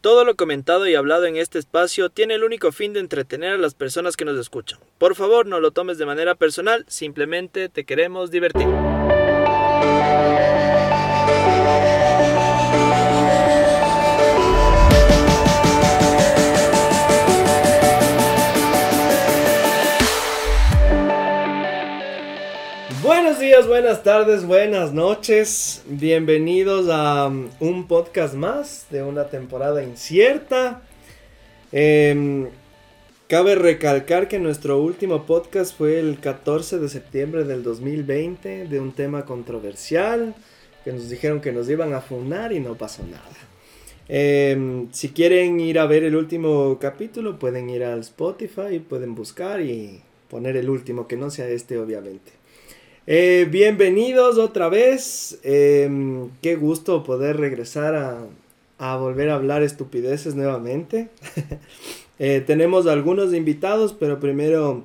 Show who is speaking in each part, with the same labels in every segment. Speaker 1: Todo lo comentado y hablado en este espacio tiene el único fin de entretener a las personas que nos escuchan. Por favor, no lo tomes de manera personal, simplemente te queremos divertir.
Speaker 2: Buenos días, buenas tardes, buenas noches. Bienvenidos a um, un podcast más de una temporada incierta. Em, cabe recalcar que nuestro último podcast fue el 14 de septiembre del 2020 de un tema controversial que nos dijeron que nos iban a funar y no pasó nada. Em, si quieren ir a ver el último capítulo, pueden ir al Spotify, pueden buscar y poner el último, que no sea este obviamente. Eh, bienvenidos otra vez. eh, qué gusto poder regresar a, a volver a hablar estupideces nuevamente. Eh, tenemos algunos invitados, pero primero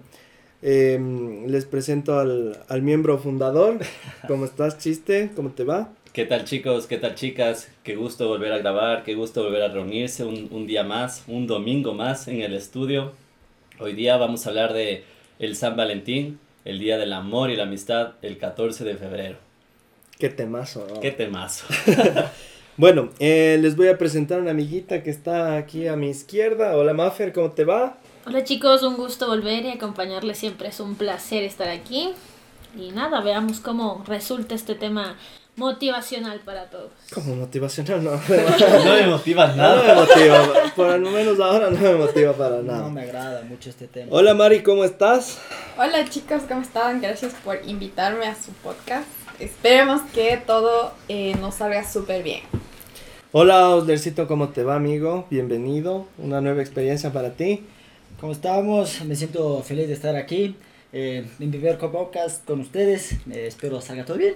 Speaker 2: eh, les presento al, al miembro fundador. ¿Cómo estás, chiste? ¿Cómo te va?
Speaker 3: ¿Qué tal chicos? ¿Qué tal chicas? Qué gusto volver a grabar, qué gusto volver a reunirse un, un día más, un domingo más en el estudio. Hoy día vamos a hablar de el San Valentín, el Día del Amor y la Amistad, el 14 de febrero.
Speaker 2: Qué temazo. ¿no?
Speaker 3: ¡Qué temazo!
Speaker 2: Bueno, eh, les voy a presentar a una amiguita que está aquí a mi izquierda. Hola, Maffer, ¿cómo te va?
Speaker 4: Hola chicos, un gusto volver y acompañarles siempre. Es un placer estar aquí. Y nada, veamos cómo resulta este tema motivacional para todos.
Speaker 2: Como motivacional, no.
Speaker 3: No me motivas
Speaker 2: No
Speaker 3: nada.
Speaker 2: me motiva, por lo menos ahora no me motiva para
Speaker 5: No
Speaker 2: nada.
Speaker 5: me agrada mucho este tema.
Speaker 2: Hola Mari, ¿cómo estás?
Speaker 6: Hola chicos, ¿cómo están? Gracias por invitarme a su podcast. Esperemos que todo eh, nos salga súper bien.
Speaker 2: Hola Oslercito, ¿cómo te va amigo? Bienvenido, una nueva experiencia para ti.
Speaker 5: ¿Cómo estamos? Me siento feliz de estar aquí. eh, en mi primer podcast con ustedes. Eh, espero salga todo bien.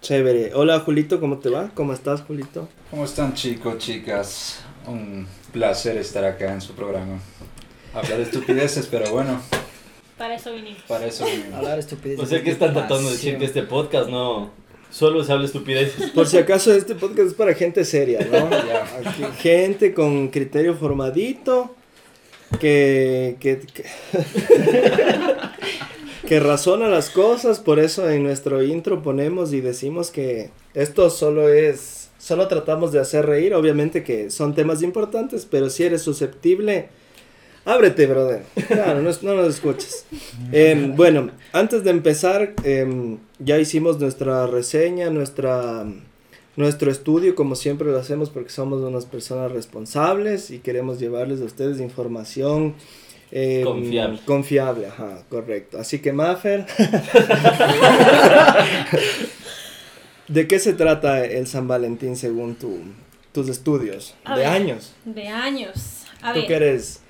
Speaker 2: Chévere. Hola Julito, ¿cómo te va? ¿Cómo estás Julito?
Speaker 7: ¿Cómo están chicos, chicas? Un placer estar acá en su programa. Hablar de estupideces, pero bueno,
Speaker 4: Para eso vinimos.
Speaker 7: para eso vinimos.
Speaker 5: Hablar estupidez.
Speaker 3: O sea, ¿qué están tratando de decir que este podcast no solo se habla estupideces?
Speaker 2: Por si acaso este podcast es para gente seria, ¿no?
Speaker 7: Ya.
Speaker 2: Aquí, gente con criterio formadito, que, que, que, que razona las cosas, por eso en nuestro intro ponemos y decimos que esto solo es, solo tratamos de hacer reír, obviamente que son temas importantes, pero si eres susceptible, ábrete, brother. Claro, no, es- no nos escuches. Em, bueno, antes de empezar, em, ya hicimos nuestra reseña, nuestra nuestro estudio, como siempre lo hacemos porque somos unas personas responsables y queremos llevarles a ustedes información eh,
Speaker 3: Confiable.
Speaker 2: Confiable, ajá, correcto. Así que, Maffer, ¿de qué se trata el San Valentín según tu- tus estudios?
Speaker 4: A
Speaker 2: de
Speaker 4: ver.
Speaker 2: años.
Speaker 4: De años. A
Speaker 2: Tú
Speaker 4: ver,
Speaker 2: que eres,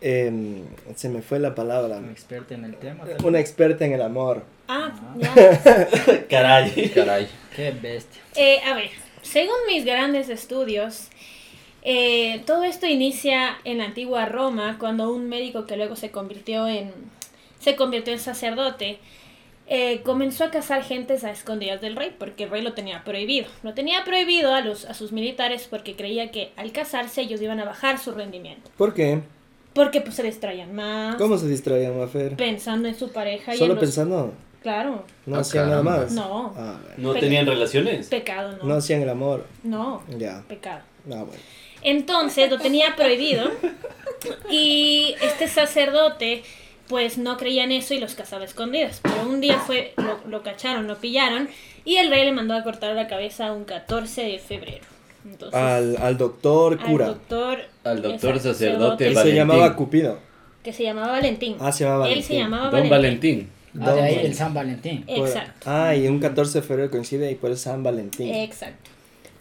Speaker 2: em, se me fue la palabra,
Speaker 5: Un experto en el tema. tal
Speaker 2: una
Speaker 5: vez.
Speaker 2: experta en el amor.
Speaker 4: ah, ya.
Speaker 3: ¡Caray!
Speaker 7: Caray.
Speaker 5: Qué bestia. Ah,
Speaker 4: Eh, a ver, según mis grandes estudios, eh, todo esto inicia en la antigua Roma, cuando un médico que luego se convirtió en, se convirtió en sacerdote, eh, comenzó a cazar gentes a escondidas del rey, porque el rey lo tenía prohibido. Lo tenía prohibido a, los, a sus militares porque creía que al casarse ellos iban a bajar su rendimiento.
Speaker 2: ¿Por qué?
Speaker 4: Porque pues se distraían más,
Speaker 2: ¿Cómo se distraía Mafer?
Speaker 4: pensando en su pareja y en
Speaker 2: Solo
Speaker 4: los-
Speaker 2: pensando,
Speaker 4: Claro,
Speaker 2: no
Speaker 7: Ah,
Speaker 2: hacía nada
Speaker 7: caramba.
Speaker 2: más.
Speaker 4: No.
Speaker 2: Ah, bueno.
Speaker 3: ¿No tenían relaciones?
Speaker 4: pecado,
Speaker 2: No hacían el amor.
Speaker 4: no, no
Speaker 2: Ya.
Speaker 4: pecado.
Speaker 2: Ah, bueno.
Speaker 4: Entonces lo tenía prohibido y este sacerdote pues no creía en eso y los cazaba a escondidas. Pero un día fue, lo, lo cacharon, lo pillaron y el rey le mandó a cortar la cabeza un 14 de febrero. Entonces,
Speaker 2: Al, al doctor
Speaker 4: al
Speaker 2: cura.
Speaker 4: doctor,
Speaker 3: Al doctor
Speaker 4: esa-
Speaker 3: sacerdote
Speaker 2: Que se
Speaker 3: Valentín.
Speaker 2: llamaba Cupido.
Speaker 4: que se llamaba Valentín.
Speaker 2: Ah, se llamaba
Speaker 4: Él se
Speaker 2: Valentín.
Speaker 4: llamaba
Speaker 3: Don Valentín.
Speaker 5: Ah, de ahí
Speaker 2: Don-
Speaker 5: el San Valentín.
Speaker 2: Por-
Speaker 4: Exacto. Eh,
Speaker 2: Ah, y un 14 de febrero coincide y por eso San Valentín.
Speaker 4: Exacto.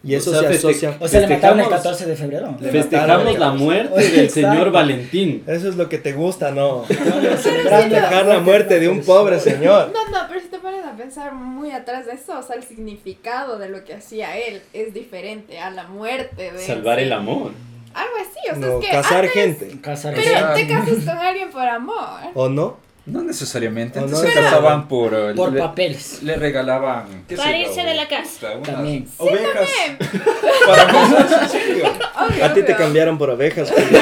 Speaker 2: y eso
Speaker 3: O sea,
Speaker 2: se
Speaker 3: feste-
Speaker 2: asocia.
Speaker 5: O sea, le mataron el
Speaker 3: Festejamos-
Speaker 5: 14 de febrero.
Speaker 2: Le
Speaker 3: Festejamos
Speaker 2: mataron.
Speaker 3: la muerte
Speaker 5: Oye,
Speaker 3: del
Speaker 5: exacto.
Speaker 3: señor Valentín.
Speaker 2: Eso es lo que te gusta, ¿no?
Speaker 5: Celebrando
Speaker 2: Festejar la muerte de un pobre señor.
Speaker 6: No, no, pero si te pones a pensar muy atrás de eso, o sea, el significado de lo que hacía él es diferente a la muerte de...
Speaker 3: Salvar el amor.
Speaker 6: Algo así, o sea,
Speaker 2: No,
Speaker 6: es que...
Speaker 2: casar
Speaker 6: antes-
Speaker 2: gente. Ah.
Speaker 5: Casar
Speaker 6: Pero te casas con alguien por amor.
Speaker 2: ¿O no?
Speaker 7: No necesariamente,
Speaker 2: O no
Speaker 7: antes se
Speaker 2: necesariamente.
Speaker 7: casaban por... eh,
Speaker 5: por
Speaker 7: le,
Speaker 5: papeles.
Speaker 7: le regalaban, qué sé
Speaker 4: Para
Speaker 7: yo,
Speaker 4: irse de la casa.
Speaker 7: o sea, unas
Speaker 5: También.
Speaker 7: Ovejas. Para cosas en serio.
Speaker 6: O
Speaker 2: A ti te cambiaron por abejas. Julio.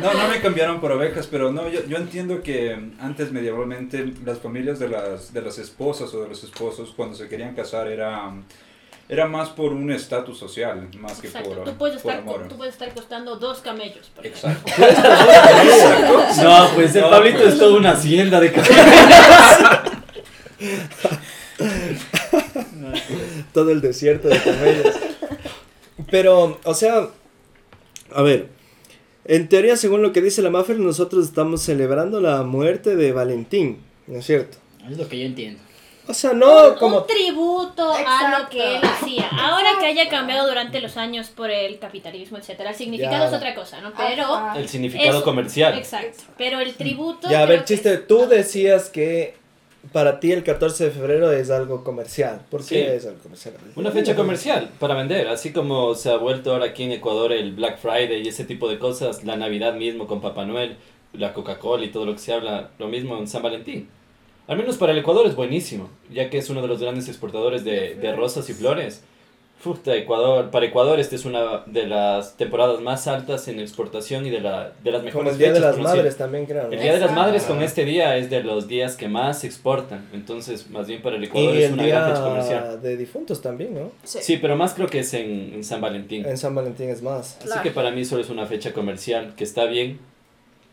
Speaker 7: No, no me cambiaron por ovejas, pero no, yo, yo entiendo que antes medievalmente las familias de las, de las esposas o de los esposos cuando se querían casar era, era más por un estatus social, más que
Speaker 4: Exacto.
Speaker 7: por,
Speaker 4: Tú puedes,
Speaker 7: por
Speaker 4: estar, co-
Speaker 7: amor.
Speaker 4: tú puedes estar costando dos camellos. por ejemplo.
Speaker 7: Exacto.
Speaker 3: No, pues el
Speaker 7: No,
Speaker 3: Pablito
Speaker 7: pues.
Speaker 3: es toda una hacienda de camellos.
Speaker 2: Todo el desierto de camellos. Pero, o sea, a ver. En teoría, según lo que dice la Maffer, nosotros estamos celebrando la muerte de Valentín, ¿no es cierto?
Speaker 5: Es lo que yo entiendo.
Speaker 2: O sea, no
Speaker 4: Un-
Speaker 2: como
Speaker 4: Un tributo a lo
Speaker 6: Exacto.
Speaker 4: que él hacía. Ahora que haya cambiado durante los años por el capitalismo, etcétera, el significado
Speaker 2: Ya.
Speaker 4: es otra cosa,
Speaker 6: Ah,
Speaker 4: ¿no? Pero
Speaker 6: Ajá.
Speaker 3: El significado
Speaker 4: Eso,
Speaker 3: comercial.
Speaker 4: Exacto. Pero el tributo.
Speaker 2: Ya, a
Speaker 4: creo
Speaker 2: ver,
Speaker 4: que-
Speaker 2: chiste, tú decías que para ti el 14 de febrero es algo comercial. ¿Por qué
Speaker 3: Sí.
Speaker 2: es algo comercial?
Speaker 3: Una fecha comercial para vender, así como se ha vuelto ahora aquí en Ecuador el Black Friday y ese tipo de cosas, la Navidad mismo con Papá Noel, la Coca-Cola y todo lo que se habla, lo mismo en San Valentín. Al menos para el Ecuador es buenísimo, ya que es uno de los grandes exportadores de, de rosas y flores. Futa, Ecuador, para Ecuador esta es una de las temporadas más altas en exportación y de, la, de las mejores
Speaker 2: Como el Día de
Speaker 3: fechas
Speaker 2: las
Speaker 3: conocidas.
Speaker 2: Madres también, creo. ¿no?
Speaker 3: El Día de las
Speaker 6: Exacto.
Speaker 3: Madres con este día es de los días que más se exportan, entonces más bien para el Ecuador
Speaker 2: Y
Speaker 3: es
Speaker 2: el
Speaker 3: una gran fecha comercial.
Speaker 2: Día de Difuntos también, ¿no?
Speaker 3: Sí, pero más creo que es en, en San Valentín.
Speaker 2: En San Valentín es más.
Speaker 3: Así que para mí solo es una fecha comercial que está bien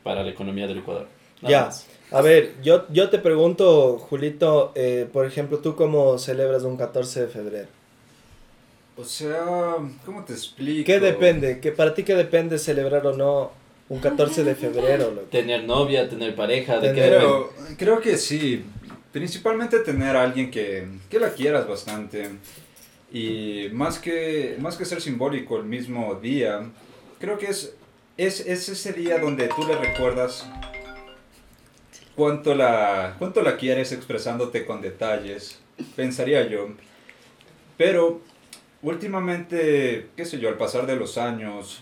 Speaker 3: para la economía del Ecuador. Nada
Speaker 2: Ya.
Speaker 3: más.
Speaker 2: A ver, yo, yo te pregunto, Julito, eh, por ejemplo, ¿tú cómo celebras un 14 de febrero?
Speaker 7: O sea, ¿cómo te explico?
Speaker 2: ¿Qué depende? ¿Qué, ¿Para ti qué depende celebrar o no un 14 de febrero? loco?
Speaker 3: Tener novia, tener pareja, de qué
Speaker 2: Tener-
Speaker 3: depende?
Speaker 7: Pero creo que sí. Principalmente tener a alguien que, que la quieras bastante. Y más que, más que ser simbólico el mismo día, creo que es, es, es ese día donde tú le recuerdas cuánto la, cuánto la quieres expresándote con detalles, pensaría yo. Pero últimamente, qué sé yo, al pasar de los años,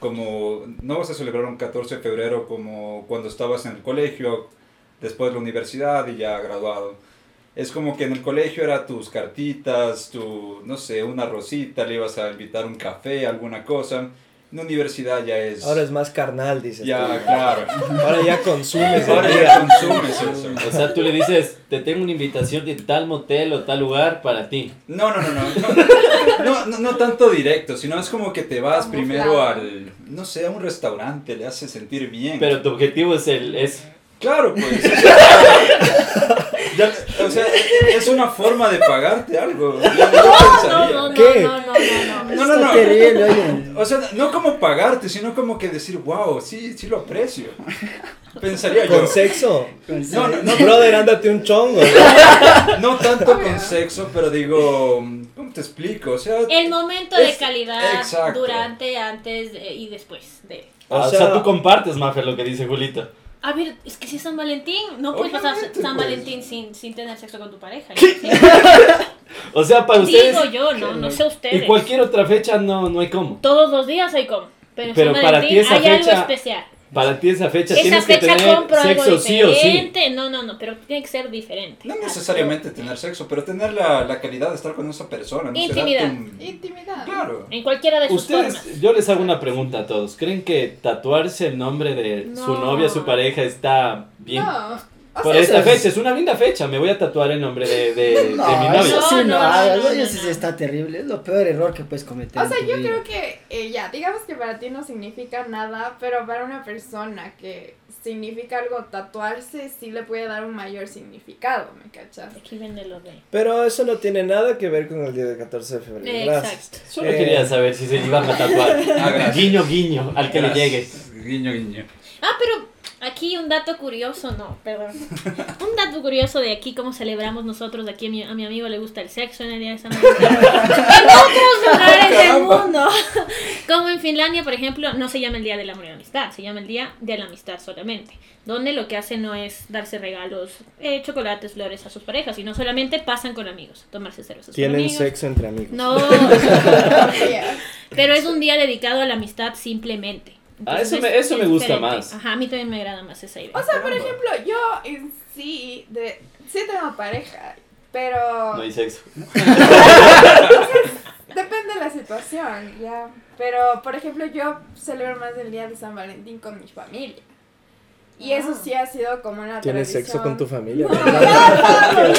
Speaker 7: como no vas a celebrar un 14 de febrero como cuando estabas en el colegio, después de la universidad y ya graduado. Es como que en el colegio era tus cartitas, tu, no sé, una rosita, le ibas a invitar un café, alguna cosa. En la universidad ya es...
Speaker 2: Ahora es más carnal, dices.
Speaker 7: Ya, claro.
Speaker 2: tú. Ahora ya consumes. el
Speaker 7: Ahora
Speaker 2: día.
Speaker 7: ya consumes eso.
Speaker 3: O sea, tú le dices, te tengo una invitación de tal motel o tal lugar para ti.
Speaker 7: No, no, no, no. No, no, no tanto directo, sino es como que te vas
Speaker 6: Camuflado.
Speaker 7: primero al, no sé, a un restaurante, le hace sentir bien.
Speaker 3: Pero tu objetivo es el... Es,
Speaker 7: Claro, pues. o sea, ya- o sea, es una forma de pagarte algo. yo- yo
Speaker 4: No,
Speaker 7: pensaría.
Speaker 4: no, no,
Speaker 2: ¿Qué?
Speaker 4: no, no, no, no.
Speaker 7: No, no,
Speaker 5: Está
Speaker 7: no.
Speaker 5: terrible, oye.
Speaker 7: O sea, no como pagarte, sino como que decir, wow, sí, sí lo aprecio. Pensaría yo.
Speaker 2: ¿Con sexo?
Speaker 7: No, no, no,
Speaker 2: Brother, ándate un chongo.
Speaker 7: no tanto con sexo, pero digo, ¿cómo te explico? O sea,
Speaker 4: El momento
Speaker 7: Es-
Speaker 4: de calidad
Speaker 7: exacto.
Speaker 4: durante, antes eh, y después de.
Speaker 2: O
Speaker 3: ah, o, sea,
Speaker 2: sea-
Speaker 3: tú compartes, Mafer, lo que dice Julito.
Speaker 4: A ver, es que si es San Valentín, no puedes pasar
Speaker 7: Obviamente,
Speaker 4: San
Speaker 7: pues.
Speaker 4: Valentín sin, sin tener sexo con tu pareja.
Speaker 3: O sea, para ustedes...
Speaker 4: Digo yo, no, no sé ustedes.
Speaker 3: Y cualquier otra fecha no, no hay cómo.
Speaker 4: Todos los días hay como. Pero, en
Speaker 3: Pero
Speaker 4: San
Speaker 3: para ti
Speaker 4: Valentín
Speaker 3: esa
Speaker 4: hay
Speaker 3: fecha-
Speaker 4: algo especial.
Speaker 3: Para ti esa fecha
Speaker 4: Esa
Speaker 3: tienes
Speaker 4: fecha
Speaker 3: que tener
Speaker 4: compro algo
Speaker 3: sexo sí o sí.
Speaker 4: diferente. No, no, no, pero tiene que ser diferente.
Speaker 7: no necesariamente tener sexo, pero tener la, la calidad de estar con esa persona. ¿no? Será
Speaker 4: Intimidad.
Speaker 7: tu-
Speaker 6: Intimidad.
Speaker 7: Claro.
Speaker 4: En cualquiera de pues, sus formas.
Speaker 3: Ustedes, yo les hago una pregunta a todos. ¿Creen que tatuarse el nombre de su
Speaker 4: No.
Speaker 3: novia, su pareja, está bien?
Speaker 6: No. O
Speaker 3: Por
Speaker 6: sea,
Speaker 3: esta
Speaker 5: eso es-
Speaker 3: fecha, es una linda fecha. Me voy a tatuar el nombre de, Eh, de- de mi
Speaker 5: No,
Speaker 3: novia.
Speaker 5: eso sí,
Speaker 4: No,
Speaker 5: no,
Speaker 4: no,
Speaker 5: ah,
Speaker 4: no, no,
Speaker 5: eso
Speaker 4: no,
Speaker 5: sí
Speaker 4: no.
Speaker 5: está terrible. Es lo peor error que puedes cometer.
Speaker 6: O
Speaker 5: en
Speaker 6: sea,
Speaker 5: tu
Speaker 6: yo
Speaker 5: vida.
Speaker 6: creo que eh, ya, digamos que para ti no significa nada, pero para una persona que significa algo tatuarse, sí le puede dar un mayor significado, ¿me cachas?
Speaker 4: Aquí viene lo de.
Speaker 2: Pero eso no tiene nada que ver con el día del 14 de febrero. Gracias.
Speaker 4: Exacto.
Speaker 3: Solo
Speaker 2: Eh.
Speaker 3: quería saber si se iban a
Speaker 7: Ah,
Speaker 3: tatuar.
Speaker 7: gracias.
Speaker 3: guiño, guiño, al que le llegue.
Speaker 7: Guiño, guiño.
Speaker 4: Ah, pero aquí un dato curioso, no, perdón. Un dato curioso de aquí, cómo celebramos nosotros. Aquí a mi, a mi amigo le gusta el sexo en el día de San Valentín. en otros lugares del mundo. Como en Finlandia, por ejemplo, no se llama el Día del Amor y la Amistad, se llama el Día de la Amistad solamente. Donde lo que hacen no es darse regalos, eh, chocolates, flores a sus parejas, sino solamente pasan con amigos, tomarse cervezas. con
Speaker 2: Tienen
Speaker 4: amigos.
Speaker 2: sexo entre amigos.
Speaker 4: No,
Speaker 6: Yeah.
Speaker 4: pero es un día dedicado a la amistad simplemente.
Speaker 3: Ah, eso me- eso me gusta
Speaker 4: diferente.
Speaker 3: más.
Speaker 4: Ajá, a mí también me agrada más esa idea.
Speaker 6: O sea, por ejemplo, yo en sí, de, sí tengo pareja, pero
Speaker 3: No hay sexo.
Speaker 6: depende de la situación, ya. Pero, por ejemplo, yo celebro más el día de San Valentín con mi familia. Y eso sí ha sido como una
Speaker 2: Ah. Tienes
Speaker 6: tradición.
Speaker 2: sexo con tu familia.
Speaker 6: No, no, familiar. O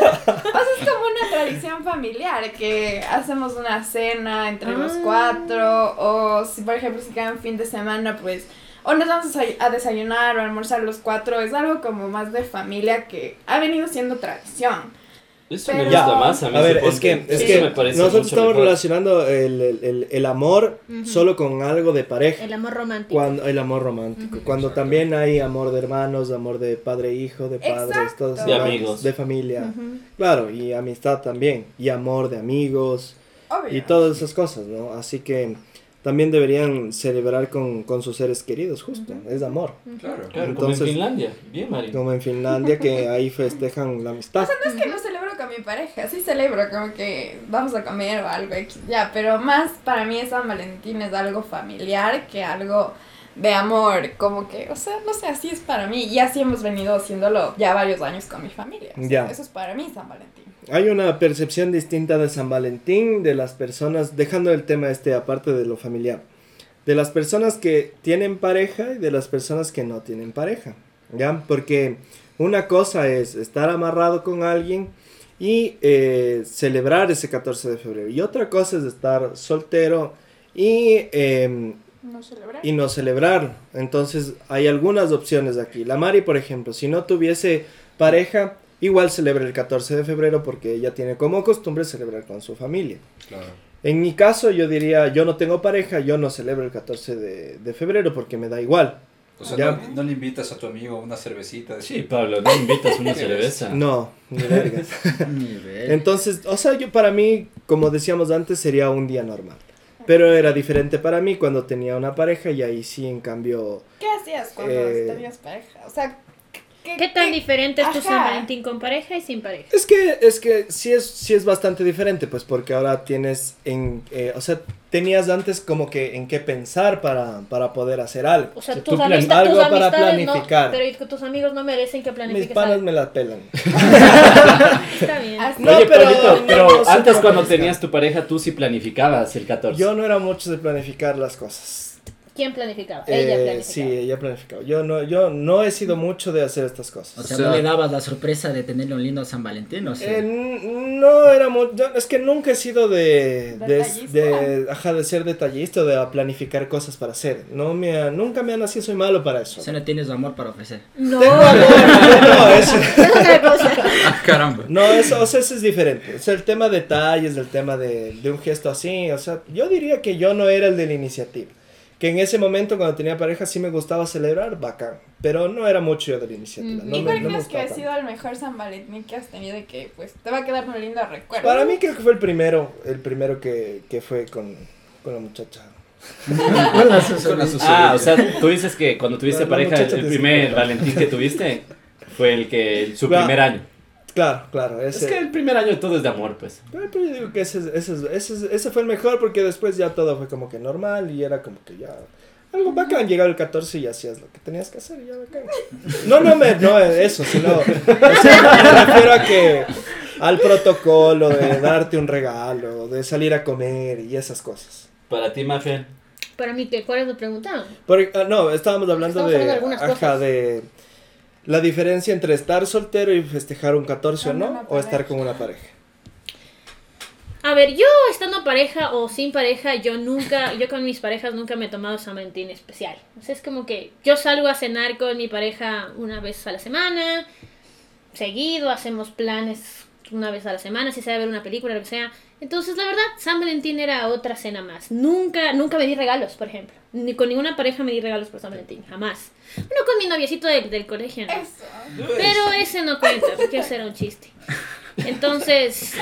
Speaker 6: sea, es como una tradición familiar que hacemos una cena entre los
Speaker 4: Ah.
Speaker 6: cuatro o si por ejemplo se quedan fin de semana pues o nos vamos a- a desayunar o a almorzar los cuatro es algo como más de familia que ha venido siendo tradición.
Speaker 3: Eso me
Speaker 6: Pero-
Speaker 3: gusta más a mí.
Speaker 2: A ver,
Speaker 3: ese
Speaker 2: es que,
Speaker 3: ponte.
Speaker 2: es
Speaker 4: Sí.
Speaker 2: que
Speaker 3: Eso me parece
Speaker 2: nosotros
Speaker 3: mucho
Speaker 2: estamos
Speaker 3: mejor.
Speaker 2: relacionando el, el- el- el amor
Speaker 4: Ujú.
Speaker 2: solo con algo de pareja.
Speaker 4: El amor romántico.
Speaker 2: Cuando, el amor romántico.
Speaker 4: Ujú.
Speaker 2: Cuando también hay amor de hermanos, amor de padre e hijo, de padres,
Speaker 6: Exacto.
Speaker 2: todas esas
Speaker 3: De
Speaker 2: vainas,
Speaker 3: amigos.
Speaker 2: De familia.
Speaker 4: Ujú.
Speaker 2: Claro, y amistad también. Y amor de amigos.
Speaker 4: Oh,
Speaker 6: Obvio.
Speaker 2: Y todas esas cosas, ¿no? Así que también deberían celebrar con, con sus seres queridos, justo. Es de amor.
Speaker 7: Claro.
Speaker 3: Claro, como
Speaker 2: Entonces-
Speaker 3: en Finlandia. Bien, Mari.
Speaker 2: Como en Finlandia, que ahí festejan la amistad.
Speaker 6: No es que no celebro con mi pareja, sí celebro como que vamos a comer o algo, X, ya, pero más para mí San Valentín es algo familiar que algo de amor, como que, o sea, no sé, así es para mí y así hemos venido haciéndolo ya varios años con mi familia. o sea,
Speaker 2: Ya.
Speaker 6: Eso es para mí San Valentín.
Speaker 2: Hay una percepción distinta de San Valentín, de las personas, dejando el tema este aparte de lo familiar, de las personas que tienen pareja y de las personas que no tienen pareja, ¿ya? Porque una cosa es estar amarrado con alguien y eh, celebrar ese 14 de febrero, y otra cosa es estar soltero y, eh,
Speaker 6: No celebrar.
Speaker 2: y no celebrarlo. Entonces hay algunas opciones aquí. La Mari, por ejemplo, si no tuviese pareja, igual celebra el 14 de febrero porque ella tiene como costumbre celebrar con su familia.
Speaker 7: Claro.
Speaker 2: En mi caso, yo diría, yo no tengo pareja, yo no celebro el 14 de, de febrero porque me da igual.
Speaker 7: O sea,
Speaker 2: Ya.
Speaker 7: no, no le invitas a tu amigo una cervecita.
Speaker 3: Sí, Pablo, no invitas una
Speaker 7: Sí.
Speaker 3: cerveza.
Speaker 2: No, ni vergas.
Speaker 5: Ni ver.
Speaker 2: Entonces, o sea, yo para mí, como decíamos antes, sería un día normal. Pero era diferente para mí cuando tenía una pareja y ahí sí, en cambio,
Speaker 6: ¿Qué hacías cuando
Speaker 2: Eh,
Speaker 6: tenías pareja? O sea, ¿qué,
Speaker 4: ¿Qué tan diferente es tu
Speaker 6: Eh, Ajá.
Speaker 4: San Valentín con pareja y sin pareja?
Speaker 2: Es que, es que sí es, sí es bastante diferente, pues porque ahora tienes en, eh, o sea, tenías antes como que en qué pensar para, para poder hacer algo.
Speaker 4: O sea,
Speaker 3: Si
Speaker 4: tus,
Speaker 3: tú plan-
Speaker 4: amista-
Speaker 2: algo
Speaker 4: tus
Speaker 2: para
Speaker 4: amistades no,
Speaker 2: planificar.
Speaker 4: pero y- tus amigos no merecen que
Speaker 2: Mis
Speaker 4: planifiques
Speaker 2: panas
Speaker 4: algo.
Speaker 2: me la pelan.
Speaker 4: Está bien.
Speaker 6: Así-
Speaker 2: No,
Speaker 3: Oye,
Speaker 2: pero-
Speaker 3: Pablito, pero
Speaker 2: no, no,
Speaker 3: antes
Speaker 2: sí,
Speaker 3: cuando
Speaker 2: sí.
Speaker 3: tenías tu pareja, tú sí planificabas el 14.
Speaker 2: Yo no era mucho de planificar las cosas.
Speaker 4: ¿Quién planificaba?
Speaker 2: Eh,
Speaker 4: Ella planificaba.
Speaker 2: Sí, ella planificaba. Yo no, yo no he sido mucho de hacer estas cosas.
Speaker 5: O sea,
Speaker 3: O sea-
Speaker 5: no le dabas la sorpresa de tenerle un lindo San Valentín, o sea.
Speaker 2: Eh, n- no era mucho, es que nunca he sido de, de,
Speaker 6: Detallista.
Speaker 2: de- ajá, de ser detallista, de planificar cosas para hacer. No me, ha- nunca me han nacido, soy malo para eso.
Speaker 5: O sea, no tienes amor para ofrecer.
Speaker 4: No,
Speaker 2: Tengo amor, no, eso-
Speaker 4: es otra cosa.
Speaker 2: Ah,
Speaker 7: Caramba.
Speaker 2: No, eso, o sea, eso es diferente. O sea, el tema de detalles, el tema de, de un gesto así, o sea, yo diría que yo no era el de la iniciativa. Que en ese momento, cuando tenía pareja, sí me gustaba celebrar, bacán. Pero no era mucho yo de la iniciativa.
Speaker 4: Ujú.
Speaker 2: no
Speaker 6: Mm, ¿Y
Speaker 2: me-
Speaker 6: cuál
Speaker 2: no me
Speaker 6: crees que
Speaker 2: gustaba
Speaker 6: ha
Speaker 2: tanto.
Speaker 6: sido el mejor San Valentín que has tenido y que pues te va a quedar un lindo recuerdo?
Speaker 2: Para mí creo que fue el primero, el primero que, que fue con, con la muchacha.
Speaker 5: Hola, Suso.
Speaker 7: Con la Suso.
Speaker 3: Ah, o sea, tú dices que cuando tuviste
Speaker 2: La- la
Speaker 3: pareja,
Speaker 2: muchacha
Speaker 3: el
Speaker 2: te
Speaker 3: primer
Speaker 2: escribió.
Speaker 3: Valentín que tuviste fue el que, su
Speaker 2: Va.
Speaker 3: primer año.
Speaker 2: Claro, claro, ese...
Speaker 3: Es que el primer año todo es de amor, pues.
Speaker 2: Pero pero yo digo que ese, es- ese, es- ese, es- ese fue el mejor porque después ya todo fue como que normal y era como que ya... Algo bacán, llegaba el 14 y hacías lo que tenías que hacer y ya bacán. No, no, me, no eso, sino... o sea, me refiero a que... Al protocolo de darte un regalo, de salir a comer y esas cosas.
Speaker 3: Para ti, Mafe.
Speaker 4: Para mí, ¿qué- ¿cuál es tu pregunta?
Speaker 2: Porque, ah, no, estábamos hablando
Speaker 4: Estamos
Speaker 2: de...
Speaker 4: hablando de algunas
Speaker 2: ajá,
Speaker 4: cosas.
Speaker 2: de... La diferencia entre estar soltero y festejar un 14 o
Speaker 6: Con una
Speaker 2: Ah, no, o
Speaker 6: pareja.
Speaker 2: estar con una pareja.
Speaker 4: A ver, yo estando pareja o sin pareja, yo nunca, yo con mis parejas nunca me he tomado San Valentín especial. O sea, es como que yo salgo a cenar con mi pareja una vez a la semana, seguido, hacemos planes una vez a la semana, si sea ver una película, lo que sea. Entonces, la verdad, San Valentín era otra cena más. Nunca, nunca me di regalos, por ejemplo. Ni con ninguna pareja me di regalos por San Valentín, jamás. Bueno, con mi noviecito del, del colegio, ¿no?
Speaker 6: Eso.
Speaker 4: Pero ese no cuenta, porque ese era un chiste. Entonces,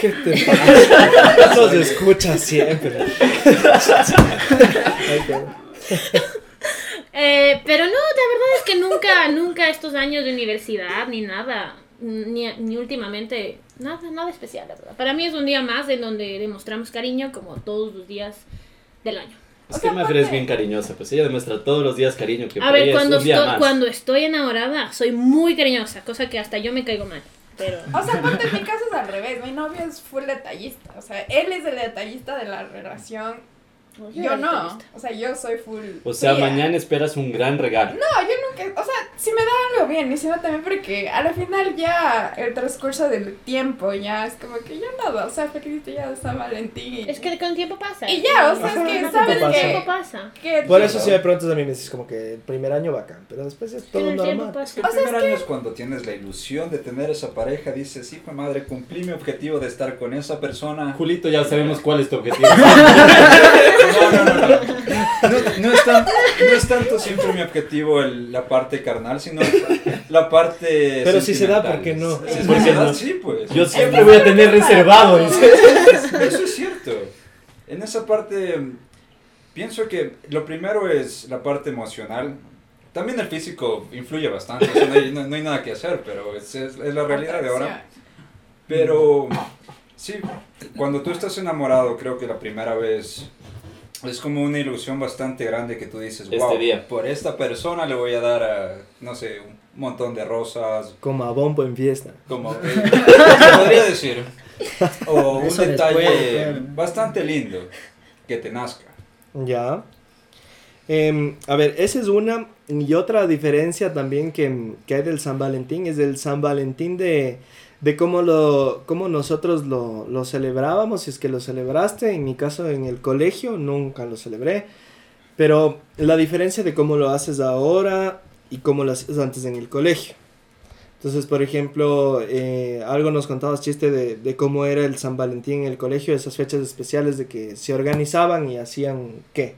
Speaker 2: ¿Qué te pasa? Nos escucha siempre.
Speaker 4: Eh, pero no, la verdad es que nunca, nunca estos años de universidad ni nada, ni, ni últimamente, nada, nada especial, la verdad. Para mí es un día más en donde demostramos cariño como todos los días del año.
Speaker 3: Es
Speaker 6: O sea,
Speaker 3: que Mafe es
Speaker 6: ponte-
Speaker 3: bien cariñosa, pues ella demuestra todos los días cariño que
Speaker 4: A
Speaker 3: para
Speaker 4: ver,
Speaker 3: ella es
Speaker 4: cuando
Speaker 3: un día
Speaker 4: estoy,
Speaker 3: más.
Speaker 4: cuando estoy enamorada soy muy cariñosa, cosa que hasta yo me caigo mal. Pero
Speaker 6: O sea, ponte en mi caso es al revés. Mi novio es full detallista. O sea, él es el detallista de la relación.
Speaker 4: pues,
Speaker 6: Yo
Speaker 4: ahorita
Speaker 6: no.
Speaker 4: listo.
Speaker 6: O sea, yo soy full.
Speaker 3: O sea,
Speaker 6: fría.
Speaker 3: mañana esperas un gran regalo.
Speaker 6: No, yo nunca. O sea, si me da algo bien y si no también, porque a la final ya el transcurso del tiempo ya es como que ya nada. O sea, feliz día de San Valentín. y-
Speaker 4: Es que con tiempo pasa.
Speaker 6: Y ya, o sea,
Speaker 2: Ajá,
Speaker 6: es
Speaker 2: no
Speaker 6: que
Speaker 2: te pasa.
Speaker 6: sabes
Speaker 4: tiempo
Speaker 6: que.
Speaker 4: pasa.
Speaker 6: que-
Speaker 2: Por eso si me preguntas a mí me dices como que el primer año bacán, pero después es todo
Speaker 4: Pero el tiempo
Speaker 2: normal.
Speaker 7: Es que
Speaker 4: pasa.
Speaker 7: el primer año es cuando tienes la ilusión de tener esa pareja, dices, hijo de madre, cumplí mi objetivo de estar con esa persona.
Speaker 3: Julito, ya sabemos cuál es tu objetivo.
Speaker 7: No, no, no, no. No- no es, tan- no es tanto siempre mi objetivo el- la parte carnal, sino la parte.
Speaker 2: Pero si se da,
Speaker 7: sentimental.
Speaker 2: ¿por qué no?
Speaker 7: Si se
Speaker 3: ¿Por qué
Speaker 7: da,
Speaker 3: no?
Speaker 7: sí, pues.
Speaker 3: Yo siempre voy a tener reservado. dice.
Speaker 7: Eso es cierto. En esa parte, mm, pienso que lo primero es la parte emocional. También el físico influye bastante, o sea, no, hay, no- no hay nada que hacer, pero es, es- es la realidad de ahora. Pero sí, cuando tú estás enamorado, creo que la primera vez es como una ilusión bastante grande que tú dices,
Speaker 3: Este
Speaker 7: wow,
Speaker 3: día".
Speaker 7: por esta persona le voy a dar, a, no sé, un montón de rosas,
Speaker 2: Como a bombo en fiesta.
Speaker 7: como que- se podría decir. O un
Speaker 5: Eso
Speaker 7: detalle
Speaker 5: después, claro.
Speaker 7: bastante lindo que te nazca.
Speaker 2: Ya. Em, a ver, esa es una. Y otra diferencia también que, que hay del San Valentín es el San Valentín de, de cómo, lo, cómo nosotros lo, lo celebrábamos, si es que lo celebraste. En mi caso, en el colegio, nunca lo celebré. Pero la diferencia de cómo lo haces ahora y cómo lo hacías antes en el colegio. Entonces, por ejemplo, eh, algo nos contabas chiste de, de cómo era el San Valentín en el colegio, esas fechas especiales de que se organizaban y hacían qué.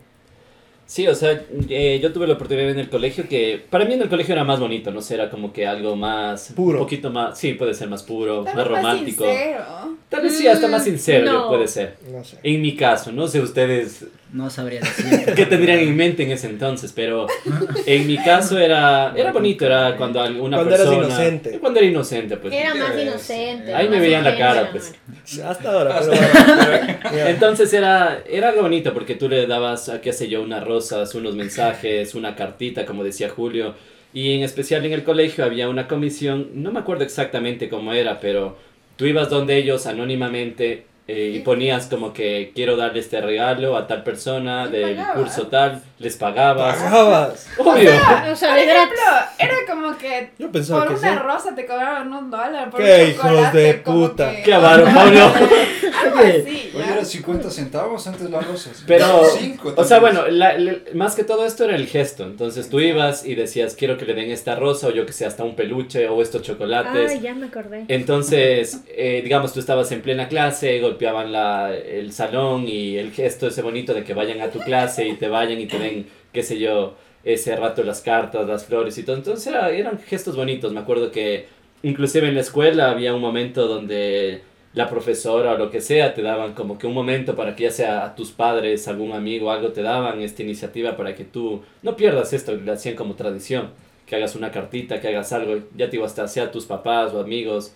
Speaker 3: Sí, o sea, eh, yo tuve la oportunidad en el colegio que para mí en el colegio era más bonito, no sé, era como que algo más
Speaker 2: Puro.
Speaker 3: un poquito más, sí, puede ser más puro,
Speaker 6: También
Speaker 3: más
Speaker 6: fue
Speaker 3: romántico.
Speaker 6: sincero.
Speaker 3: Tal vez sí, hasta más
Speaker 4: Mm,
Speaker 3: sincero
Speaker 4: no.
Speaker 3: puede ser.
Speaker 2: No sé.
Speaker 3: En mi caso, no sé ustedes
Speaker 5: No sabría decir.
Speaker 3: qué tendrían en mente en ese entonces, pero en mi caso era era bonito, era cuando alguna
Speaker 2: Cuando eras
Speaker 3: persona
Speaker 2: inocente.
Speaker 3: Cuando era inocente, pues.
Speaker 4: Era más
Speaker 7: Eh,
Speaker 4: inocente.
Speaker 3: ahí me
Speaker 4: más
Speaker 3: veían la
Speaker 4: ingenuo,
Speaker 3: cara,
Speaker 4: mi
Speaker 3: pues.
Speaker 4: amor.
Speaker 2: Hasta ahora, pero bueno, ya.
Speaker 3: Entonces era, era algo bonito porque tú le dabas, a, qué sé yo, unas rosas, unos mensajes, una cartita, como decía Julio. Y en especial en el colegio había una comisión, no me acuerdo exactamente cómo era, pero tú ibas donde ellos anónimamente eh, y ponías como que quiero darle este regalo a tal persona
Speaker 6: Y
Speaker 3: del
Speaker 6: pagabas.
Speaker 3: curso tal, les pagabas.
Speaker 2: Pagabas.
Speaker 3: Obvio.
Speaker 4: O sea,
Speaker 6: Por
Speaker 4: de gratis.
Speaker 6: ejemplo, era como que
Speaker 2: Yo pensaba
Speaker 6: por
Speaker 2: que
Speaker 6: una
Speaker 2: sí.
Speaker 6: rosa te cobraban un dólar. Por
Speaker 2: ¡Qué
Speaker 6: un
Speaker 2: hijos
Speaker 6: chocolate,
Speaker 2: de
Speaker 6: como
Speaker 2: puta!
Speaker 6: que-
Speaker 3: Qué avaro, Pablo.
Speaker 6: Algo así,
Speaker 7: Oye,
Speaker 6: Ah, ya.
Speaker 7: era 50 centavos antes las rosas.
Speaker 3: Pero,
Speaker 7: Cinco,
Speaker 3: o sea,
Speaker 7: tal vez.
Speaker 3: bueno, la- la- más que todo esto era el gesto. Entonces tú ibas y decías, quiero que le den esta rosa o yo que sé, hasta un peluche o estos chocolates.
Speaker 4: Ah, ya me acordé.
Speaker 3: Entonces, eh, digamos, tú estabas en plena clase, golpeaban la, el salón y el gesto ese bonito de que vayan a tu clase y te vayan y te den, qué sé yo, ese rato las cartas, las flores y todo. Entonces era- eran gestos bonitos. Me acuerdo que inclusive en la escuela había un momento donde la profesora o lo que sea te daban como que un momento para que ya sea a tus padres, algún amigo, algo te daban esta iniciativa para que tú no pierdas esto, lo hacían como tradición. Que hagas una cartita, que hagas algo, ya te digo, hasta sea a tus papás o amigos,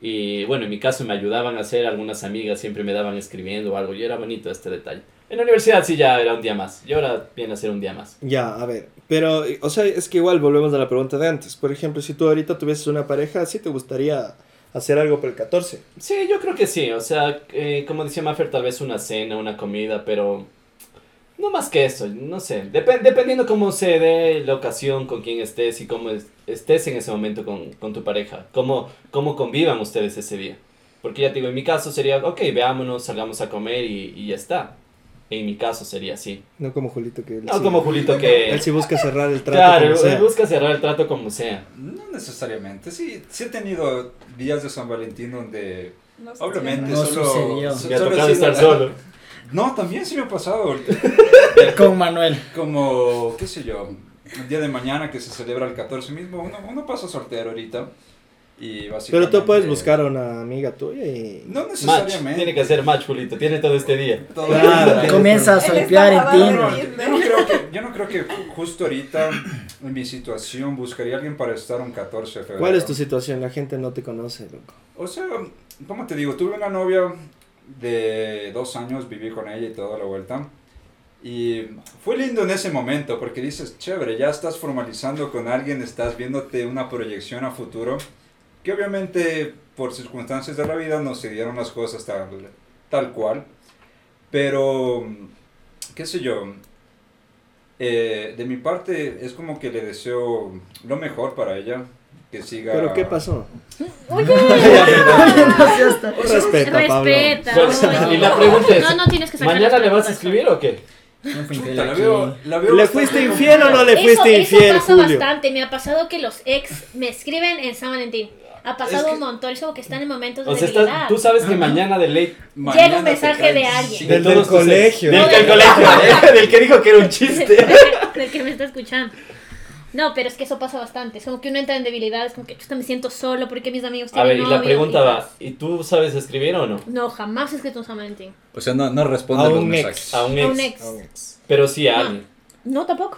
Speaker 3: y bueno, en mi caso me ayudaban a hacer, algunas amigas siempre me daban escribiendo o algo, y era bonito este detalle. En la universidad sí ya era un día más, y ahora viene a ser un día más.
Speaker 2: Ya, a ver. Pero, o sea, es que igual volvemos a la pregunta de antes. Por ejemplo, si tú ahorita tuvieses una pareja, ¿sí te gustaría hacer algo para el 14?
Speaker 3: Sí, yo creo que sí, o sea, eh, como decía Maffer, tal vez una cena, una comida, pero no más que eso, no sé, Depen- dependiendo cómo se dé la ocasión, con quién estés y cómo es- estés en ese momento con, con tu pareja, cómo, cómo convivan ustedes ese día. Porque ya te digo, en mi caso sería, ok, veámonos, salgamos a comer y, y ya está. En mi caso sería así.
Speaker 2: No como Julito que... él
Speaker 3: No
Speaker 2: sí-
Speaker 3: como Julito que...
Speaker 2: Él sí busca cerrar el trato.
Speaker 3: claro,
Speaker 2: como
Speaker 3: él
Speaker 2: sea.
Speaker 3: busca cerrar el trato como sea.
Speaker 7: No necesariamente, sí, sí he tenido días de San Valentín donde
Speaker 6: No sé.
Speaker 7: obviamente
Speaker 5: No
Speaker 7: solo...
Speaker 5: sucedió.
Speaker 7: so-
Speaker 3: Me ha
Speaker 7: solo he
Speaker 3: tocado
Speaker 7: sido-
Speaker 3: estar solo.
Speaker 7: No, también sí me ha pasado.
Speaker 5: Con Manuel.
Speaker 7: como, qué sé yo, el día de mañana que se celebra el 14 mismo, uno, uno pasa soltero ahorita y
Speaker 2: Pero
Speaker 7: básicamente...
Speaker 2: tú puedes buscar a una amiga tuya y...
Speaker 7: No
Speaker 3: Match,
Speaker 7: necesariamente.
Speaker 3: tiene que hacer match, Julito, tiene todo este día.
Speaker 7: Todo-
Speaker 2: Claro,
Speaker 7: todo-
Speaker 5: Comienza a
Speaker 6: Él está
Speaker 5: solpear en
Speaker 6: grabado,
Speaker 5: Tinder.
Speaker 7: No, yo, no creo que, yo no creo que justo ahorita en mi situación buscaría a alguien para estar un 14 de febrero.
Speaker 2: ¿Cuál es tu situación? La gente no te conoce, loco.
Speaker 7: O sea, ¿cómo te digo? Tuve una novia de dos años, viví con ella y toda la vuelta. Y fue lindo en ese momento porque dices, chévere, ya estás formalizando con alguien, estás viéndote una proyección a futuro. Que obviamente por circunstancias de la vida no se dieron las cosas tal, tal cual. Pero mm, qué sé yo, eh, de mi parte es como que le deseo lo mejor para ella, que siga...
Speaker 2: ¿Pero qué pasó?
Speaker 5: no seas tan-
Speaker 2: Respeta, Pablo.
Speaker 4: Respeta.
Speaker 3: Pues,
Speaker 4: oye.
Speaker 3: y la pregunta es,
Speaker 4: No, no tienes que sacar
Speaker 3: ¿Mañana
Speaker 4: las
Speaker 3: le vas a
Speaker 4: preguntas.
Speaker 3: escribir o qué?
Speaker 5: No fue
Speaker 7: Puta,
Speaker 5: infiel
Speaker 7: la
Speaker 5: aquí.
Speaker 7: veo- la veo
Speaker 2: ¿Le
Speaker 7: bastante
Speaker 2: fuiste infiel o no le
Speaker 4: Eso-
Speaker 2: fuiste
Speaker 4: eso
Speaker 2: infiel,
Speaker 4: pasa
Speaker 2: Julio?
Speaker 4: bastante. Me ha pasado que los ex me escriben en San Valentín. Ha pasado
Speaker 7: que-
Speaker 4: un montón. Es como que están en momentos de
Speaker 3: O sea,
Speaker 4: debilidad.
Speaker 3: estás- tú sabes que mañana de ley...
Speaker 7: Mañana
Speaker 4: Llega un
Speaker 7: te
Speaker 4: mensaje
Speaker 7: caes pues,
Speaker 4: de alguien.
Speaker 7: cinco
Speaker 2: Del-
Speaker 3: todos
Speaker 2: del
Speaker 3: tus ex.
Speaker 2: colegio.
Speaker 3: Del,
Speaker 4: No,
Speaker 3: del
Speaker 4: del-
Speaker 3: colegio, del que dijo que era un chiste.
Speaker 4: Del que me está escuchando. No, pero es que eso pasa bastante. Es como que uno entra en debilidad. Es como que chuta, me siento solo porque mis amigos
Speaker 3: A
Speaker 4: tienen
Speaker 3: ver, y la
Speaker 4: novio,
Speaker 3: pregunta
Speaker 4: y-
Speaker 3: va, ¿y tú sabes escribir o no?
Speaker 4: No, jamás es que tú San Valentín.
Speaker 7: O sea, no, no responde
Speaker 2: A
Speaker 7: los
Speaker 2: un ex.
Speaker 7: mensajes.
Speaker 3: A un
Speaker 4: A
Speaker 3: ex.
Speaker 4: un ex.
Speaker 3: Pero sí a alguien.
Speaker 4: No, tampoco.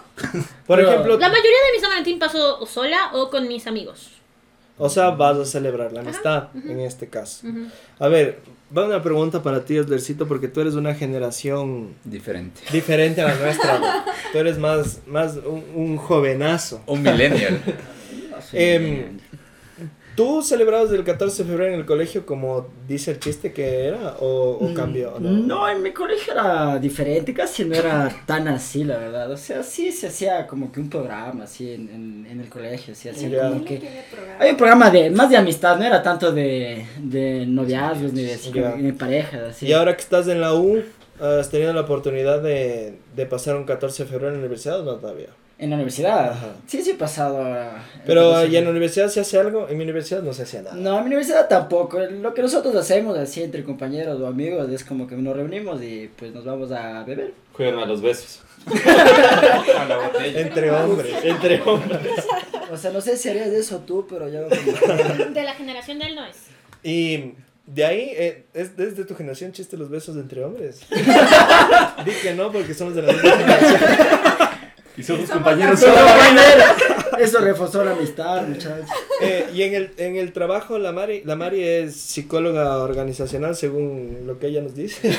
Speaker 2: Por
Speaker 5: Pero-
Speaker 2: ejemplo,
Speaker 4: La mayoría de mis San Valentín paso o sola o con mis amigos.
Speaker 2: o sea, vas a celebrar la amistad en este caso. A ver, va una pregunta para ti, Eslercito, porque tú eres una generación
Speaker 7: Diferente.
Speaker 2: diferente a la nuestra. güey. Tú eres más, más un, un jovenazo.
Speaker 7: Un millennial.
Speaker 2: Em, ¿Tú celebrabas el 14 de febrero en el colegio como dice el chiste que era o, o cambió?
Speaker 5: Mm. No? en mi colegio era diferente, casi no era tan así, la verdad. O sea, sí se hacía como que un programa así en, en, en el colegio, así hacía
Speaker 2: Ya.
Speaker 5: como que...
Speaker 6: tiene programa.
Speaker 5: Hay un programa de más de amistad, no era tanto de, de noviazgos ni de,
Speaker 2: Ya.
Speaker 5: ni de parejas, así.
Speaker 2: Y ahora que estás en la U, ¿has tenido la oportunidad de, de pasar un 14 de febrero en la universidad o no todavía?
Speaker 5: En la universidad.
Speaker 2: Ajá.
Speaker 5: Sí, sí he pasado ahora.
Speaker 2: Pero
Speaker 5: Eh, Entonces,
Speaker 2: ¿y en la universidad se hace algo? En mi universidad no se hacía nada.
Speaker 5: No, en mi universidad tampoco. Lo que nosotros hacemos así entre compañeros o amigos es como que nos reunimos y pues nos vamos a beber.
Speaker 3: Juegan a los besos.
Speaker 7: A la botella.
Speaker 2: Entre hombres.
Speaker 3: Entre hombres.
Speaker 5: O sea, no sé si harías de eso tú, pero yo como...
Speaker 4: De la generación de él no es.
Speaker 2: Y de ahí, eh, ¿es desde tu generación chiste los besos entre hombres? Di que no, porque somos de la misma generación.
Speaker 3: Y somos compañeros.
Speaker 5: Eso reforzó la amistad, muchachos.
Speaker 2: Eh, y en el, en el trabajo, la Mari, la Mari es psicóloga organizacional, según lo que ella nos dice.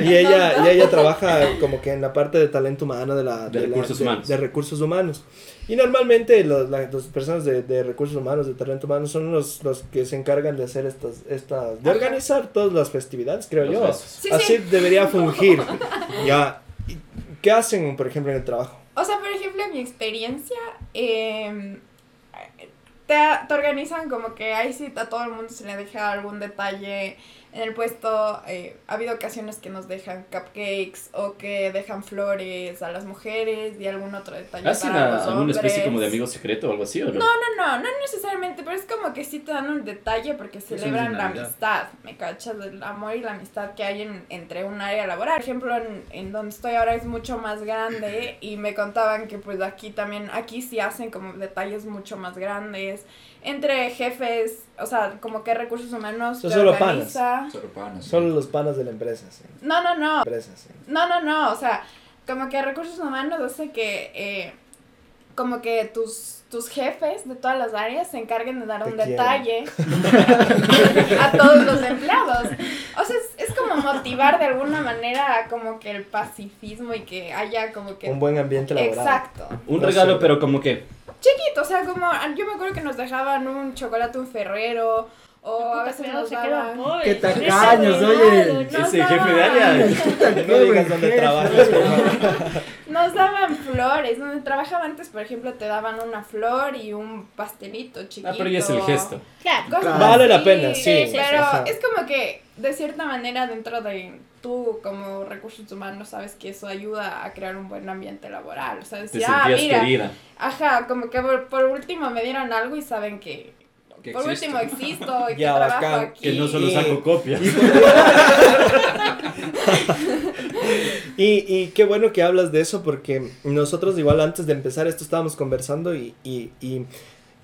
Speaker 2: y, ella, y ella trabaja como que en la parte de talento humano, de, la,
Speaker 3: De
Speaker 2: la-
Speaker 3: recursos humanos.
Speaker 2: de recursos humanos. Y normalmente los- la- las personas de, de recursos humanos, de talento humano, son los, los que se encargan de hacer estas, estas de organizar todas las festividades, creo
Speaker 3: Los
Speaker 2: yo.
Speaker 3: besos.
Speaker 6: Sí,
Speaker 2: Así
Speaker 6: sí.
Speaker 2: debería fungir. ya. ¿Y ¿Qué hacen, por ejemplo, en el trabajo?
Speaker 6: O sea, por ejemplo, en mi experiencia, eh, te, te organizan como que ahí sí a todo el mundo se le deja algún detalle en el puesto. eh, ha habido ocasiones que nos dejan cupcakes o que dejan flores a las mujeres y algún otro detalle.
Speaker 3: ¿Hacen
Speaker 6: para
Speaker 3: a-
Speaker 6: los
Speaker 3: alguna especie
Speaker 6: hombres.
Speaker 3: como de amigo secreto o algo así o no?
Speaker 6: No, no, no necesariamente, pero es como que sí te dan un detalle porque
Speaker 5: es
Speaker 6: celebran la
Speaker 5: Navidad.
Speaker 6: amistad, ¿me cachas? El amor y la amistad que hay en- entre un área laboral. Por ejemplo, en, en donde estoy ahora es mucho más grande y me contaban que pues aquí también, aquí sí hacen como detalles mucho más grandes entre jefes, o sea, como que recursos humanos
Speaker 2: Son
Speaker 6: te
Speaker 2: solo panas.
Speaker 7: Solo panas.
Speaker 2: Solo los panas de la empresa. sí.
Speaker 6: No, no, no,
Speaker 2: Empresa, sí.
Speaker 6: no, no, no, o sea, como que recursos humanos hace que, eh, como que tus, tus jefes de todas las áreas se encarguen de dar
Speaker 2: Te
Speaker 6: un
Speaker 2: quiero.
Speaker 6: detalle a todos los empleados. O sea, es, es como motivar de alguna manera como que el pacifismo y que haya como que...
Speaker 2: Un buen ambiente laboral.
Speaker 6: Exacto.
Speaker 3: Un
Speaker 2: No
Speaker 3: regalo,
Speaker 2: sé.
Speaker 3: pero como que.
Speaker 6: Chiquito, o sea, como yo me acuerdo que nos dejaban un chocolate, un ferrero, o a veces nos
Speaker 4: se queda
Speaker 6: daban...
Speaker 4: pobre.
Speaker 5: Qué tacaños,
Speaker 4: Ese
Speaker 5: oye.
Speaker 4: regalo, no.
Speaker 6: Ese jefe de área.
Speaker 2: No digas dónde trabajas, por favor.
Speaker 6: Nos daban flores, donde trabajaba antes, por ejemplo, te daban una flor y un pastelito chiquito.
Speaker 3: Ah, pero ya es el gesto.
Speaker 4: Claro.
Speaker 6: Cosas
Speaker 2: Vale la
Speaker 6: así.
Speaker 2: pena, sí.
Speaker 4: Sí, sí,
Speaker 6: Pero
Speaker 2: Ajá.
Speaker 6: es como que, de cierta manera, dentro de tú como recursos humanos, sabes que eso ayuda a crear un buen ambiente laboral. O sea,
Speaker 3: Te
Speaker 6: decir, ah,
Speaker 3: sentías
Speaker 6: mira,
Speaker 3: querida.
Speaker 6: ajá, como que por, por último me dieron algo y saben que,
Speaker 7: Que
Speaker 6: por
Speaker 7: existe.
Speaker 6: último existo y que
Speaker 2: Ya,
Speaker 6: trabajo
Speaker 2: bacán,
Speaker 6: aquí.
Speaker 3: Que no solo
Speaker 2: Y-
Speaker 3: saco copias.
Speaker 2: Y, y qué bueno que hablas de eso porque nosotros igual antes de empezar esto estábamos conversando y, y- y,